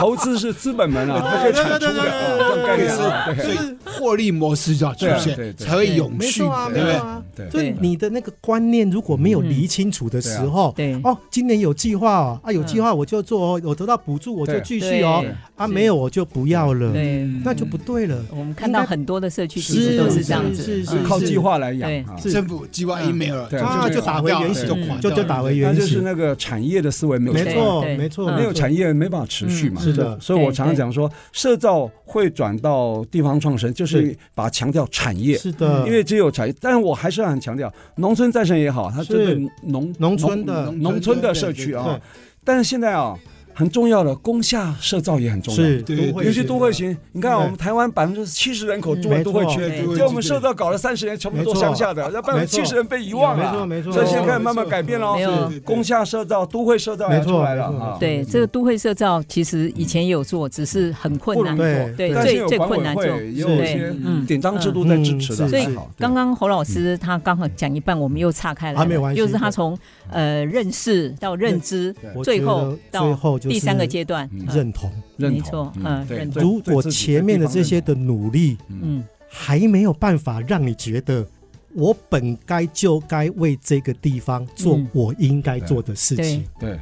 B: 投资是资本门啊，不可以产出的啊，这种概
C: 对
B: 念啊。
C: 是，
B: 对
C: 所以获利模式就要出
B: 对啊对
C: 现，
B: 对
C: 才会永
D: 没
C: 续，
D: 错啊，没
C: 对不
D: 错
C: 对？
D: 啊。
B: 嗯对
D: 所以你的那个观念如果没有理清楚的时候，
A: 对啊对
D: 哦，今年有计划哦，啊，有计划我就做哦，我得到补助我就继续哦
A: 对对，
D: 啊，没有我就不要了，
A: 对，
D: 那就不对了。
B: 嗯
A: 我们看到很多的社区其
D: 是
A: 实都是这样子，
D: 是是
A: 嗯
B: 靠计划来养
A: 对
B: 啊。
D: 是
C: 政府计划 email
B: 对
D: 啊，就打回原
C: 就垮
D: 形，
C: 掉
D: 就
C: 了
D: 就打回
B: 那
D: 原
B: 就是
D: 形，
B: 那个产业的思维没有
D: 没
B: 办法
D: 错
A: 对对
D: 没错，
A: 嗯
B: 没有产业没办法持续嘛。
D: 嗯是的
B: 所以我常常讲说，社造会转到地方创生，就是
D: 对
B: 把它强调产业。嗯
D: 是的，
B: 因为只有产业，但我还是很强调，农村再生也好，它针对农
D: 农村的
B: 农村的社区啊
D: 对。
B: 但是现在啊，很重要的工厦社造也很重要。
D: 是
C: 对
D: 都会
B: 尤其都会型，你看
D: 对
B: 我们台湾百分之七十人口住
D: 没
B: 在
D: 错
B: 都会区，
A: 对
B: 结哎果我们社造搞了三十年，全部都乡下的，要不然
D: 没错
B: 七十人被遗忘
D: 没错
B: 了。
D: 没错，
B: 所以现在开始慢慢改变了
A: 没有
B: 哦，工厦社造、都会社造也
D: 没错
B: 出来了
D: 没错
B: 啊。
A: 对，这个都会社造其实以前也有做，只是很困难。
D: 不容易
A: 对
B: 但是有
A: 最最
B: 管
A: 困
B: 委
A: 难做
B: 会，也有一些
A: 对嗯
B: 典章制度在支持的，
D: 嗯
A: 所以
B: 还好对
A: 刚刚侯老师他刚好讲一半，我们又岔开来了，
D: 啊没有关系
A: 又是他从呃认识到认知，
D: 我
A: 最
D: 觉
A: 后
D: 得
A: 到
D: 最后就是
A: 第三个阶段
C: 嗯
A: 呃
D: 认同。
B: 认
A: 没
B: 同
A: 错，嗯，
B: 对
A: 认
B: 对
A: 同，
D: 如果前面的这些的努力
A: 嗯，
D: 还没有办法让你觉得我本该就该为这个地方做
A: 嗯
D: 我应该做的事情，
B: 对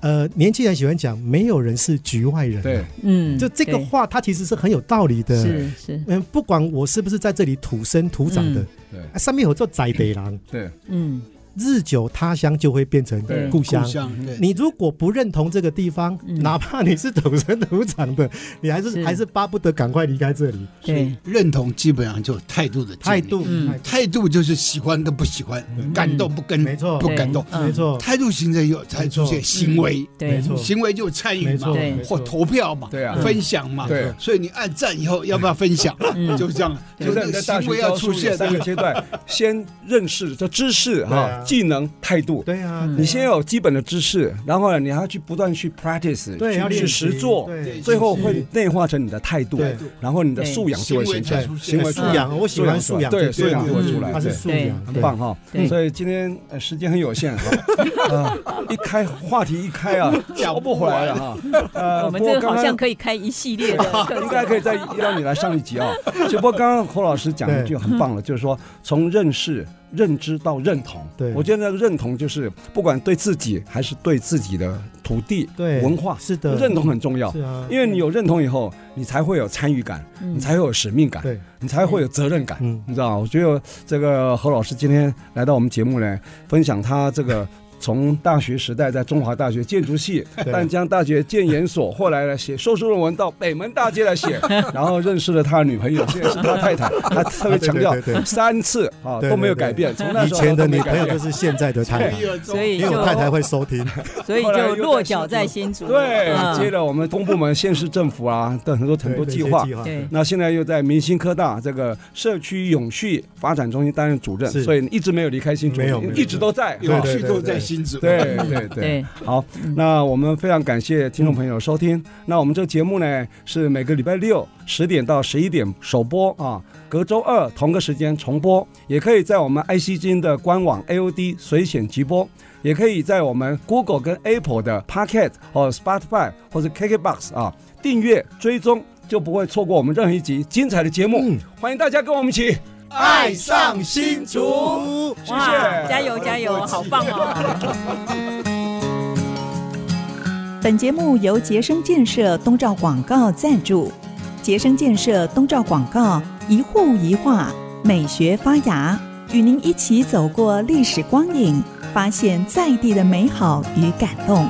D: 呃，年轻人喜欢讲没有人是局外人啊，
B: 对
A: 嗯，
D: 就这个
A: 对
D: 话它其实是很有道理的。
A: 是是，
D: 嗯，不管我是不是在这里土生土长的
A: 嗯，
B: 对
D: 啊上面有做宅北狼，
B: 对
A: 嗯，
D: 日久他乡就会变成
B: 对
D: 故乡
C: 故。乡对
D: 你如果不认同这个地方，
A: 嗯
D: 哪怕你是土生土 长的，你还是
A: 是
D: 还是巴不得赶快离开这里。
A: 对，
C: 认同基本上就是态度的建
D: 态
C: 立
D: 度，
A: 嗯
D: 态度
C: 态度就是喜欢跟不喜欢，感动不跟
D: 没错
C: 不
A: 对
C: 感动，
A: 嗯
D: 没错，
C: 态度形成以后才出
D: 没
C: 现行为，
A: 对
D: 没，错，嗯
C: 行为就参与
D: 没
C: 嘛
D: 错，，嗯
A: 对
D: 没错
C: 或投票嘛，
B: 对啊
C: 分享嘛，
B: 对。
C: 所以你按赞以后要不要分享，
A: 嗯
C: 就是这样，
B: 就
C: 就是
B: 在
C: 那
B: 你在
C: 个
B: 大
C: 行为
B: 学
C: 要
B: 教
C: 出
B: 书有
C: 现
B: 三个阶 段，先认识这知识
D: 对啊
B: 哈、技能、态度。
D: 对啊，
A: 嗯
B: 你先有基本的知识，然后呢，你还要去不断去 practice，
D: 对要
B: 去去
D: 练习
B: 实做，
D: 对
B: 最后会内化成你的态度
D: 对，
B: 然后你的素养就会形
C: 对
B: 成，行为
D: 素
B: 出来
D: 嗯养，我喜欢素养，
B: 对
D: 这
B: 素
D: 个
B: 养
D: 字
B: 就会出来，
D: 它是
B: 对
D: 素养，
B: 很
D: 对
B: 棒哈
A: 对。
B: 所以今天呃时间很有限哈， 呃一开话题一开啊，聊不回来了哈。呃
A: 我们这
B: 不过
A: 个
B: 刚
A: 好
B: 刚
A: 像可以开一系 列的课
B: 应该可以再让你来上一集 啊。只不过刚刚侯老师讲一句很棒的，就是说从认识、认知到认同。
D: 对
B: 我觉得那个认同就是不管对自己还是对自己的土地、
D: 对
B: 文化，
D: 是的，
B: 认同很重要
D: 是。啊，
B: 因为你有认同以后，你才会有参与感，
A: 嗯
B: 你才会有使命感，
D: 对，
B: 你才会有责任感。
D: 嗯，
B: 你知道吗，我觉得这个侯老师今天来到我们节目呢，分享他这个 从大学时代在中华大学建筑系、
D: 对
B: 淡江大学建研所，后来呢写硕士论文到北门大街来 写，然后认识了他的女朋友，现在是他太太，他特别强调
D: 对对对对
B: 三次啊
D: 对
B: 都没有
D: 对对
B: 改变，从那
D: 以
B: 时候
D: 前的
B: 都没
D: 女
B: 改
D: 朋友
B: 变
D: 就是现在的太太，
A: 所以
D: 因为我太太
A: 就
D: 会收听，
A: 所以
B: 后来
A: 就
B: 又
A: 落
B: 在
A: 脚在新竹，
B: 对，
A: 嗯
B: 接着我们东部门县市政府啊的很多很多
D: 对
B: 计划
D: 对。对
A: 对
B: 那现在又在明星科大这个社区永续发展中心担任主任，
D: 是
B: 所以一直没有离开新竹，
D: 没有没有
B: 一直都在。
D: 对
C: 有
D: 对
C: 趣都在新竹，
B: 对对对，
A: 对，
B: 好，那我们非常感谢听众朋友收听。那我们这个节目呢是每个礼拜六十点到十一点首播啊，隔周二同个时间重播，也可以在我们 IC 之音的官网 AOD 随选直播，也可以在我们 Google 跟 Apple 的 Pocket 或 Spotify 或者 KKBox 啊订阅追踪，就不会错过我们任何一集精彩的节目。
D: 嗯
B: 欢迎大家跟我们一起，
D: 爱上新竹。
B: 谢
A: 哇，
B: 谢。
A: 加油加油，好棒哦！
E: 本节目由杰生建设东照广告赞助。杰生建设东照广告，一户一画，美学发芽，与您一起走过历史光影，发现在地的美好与感动。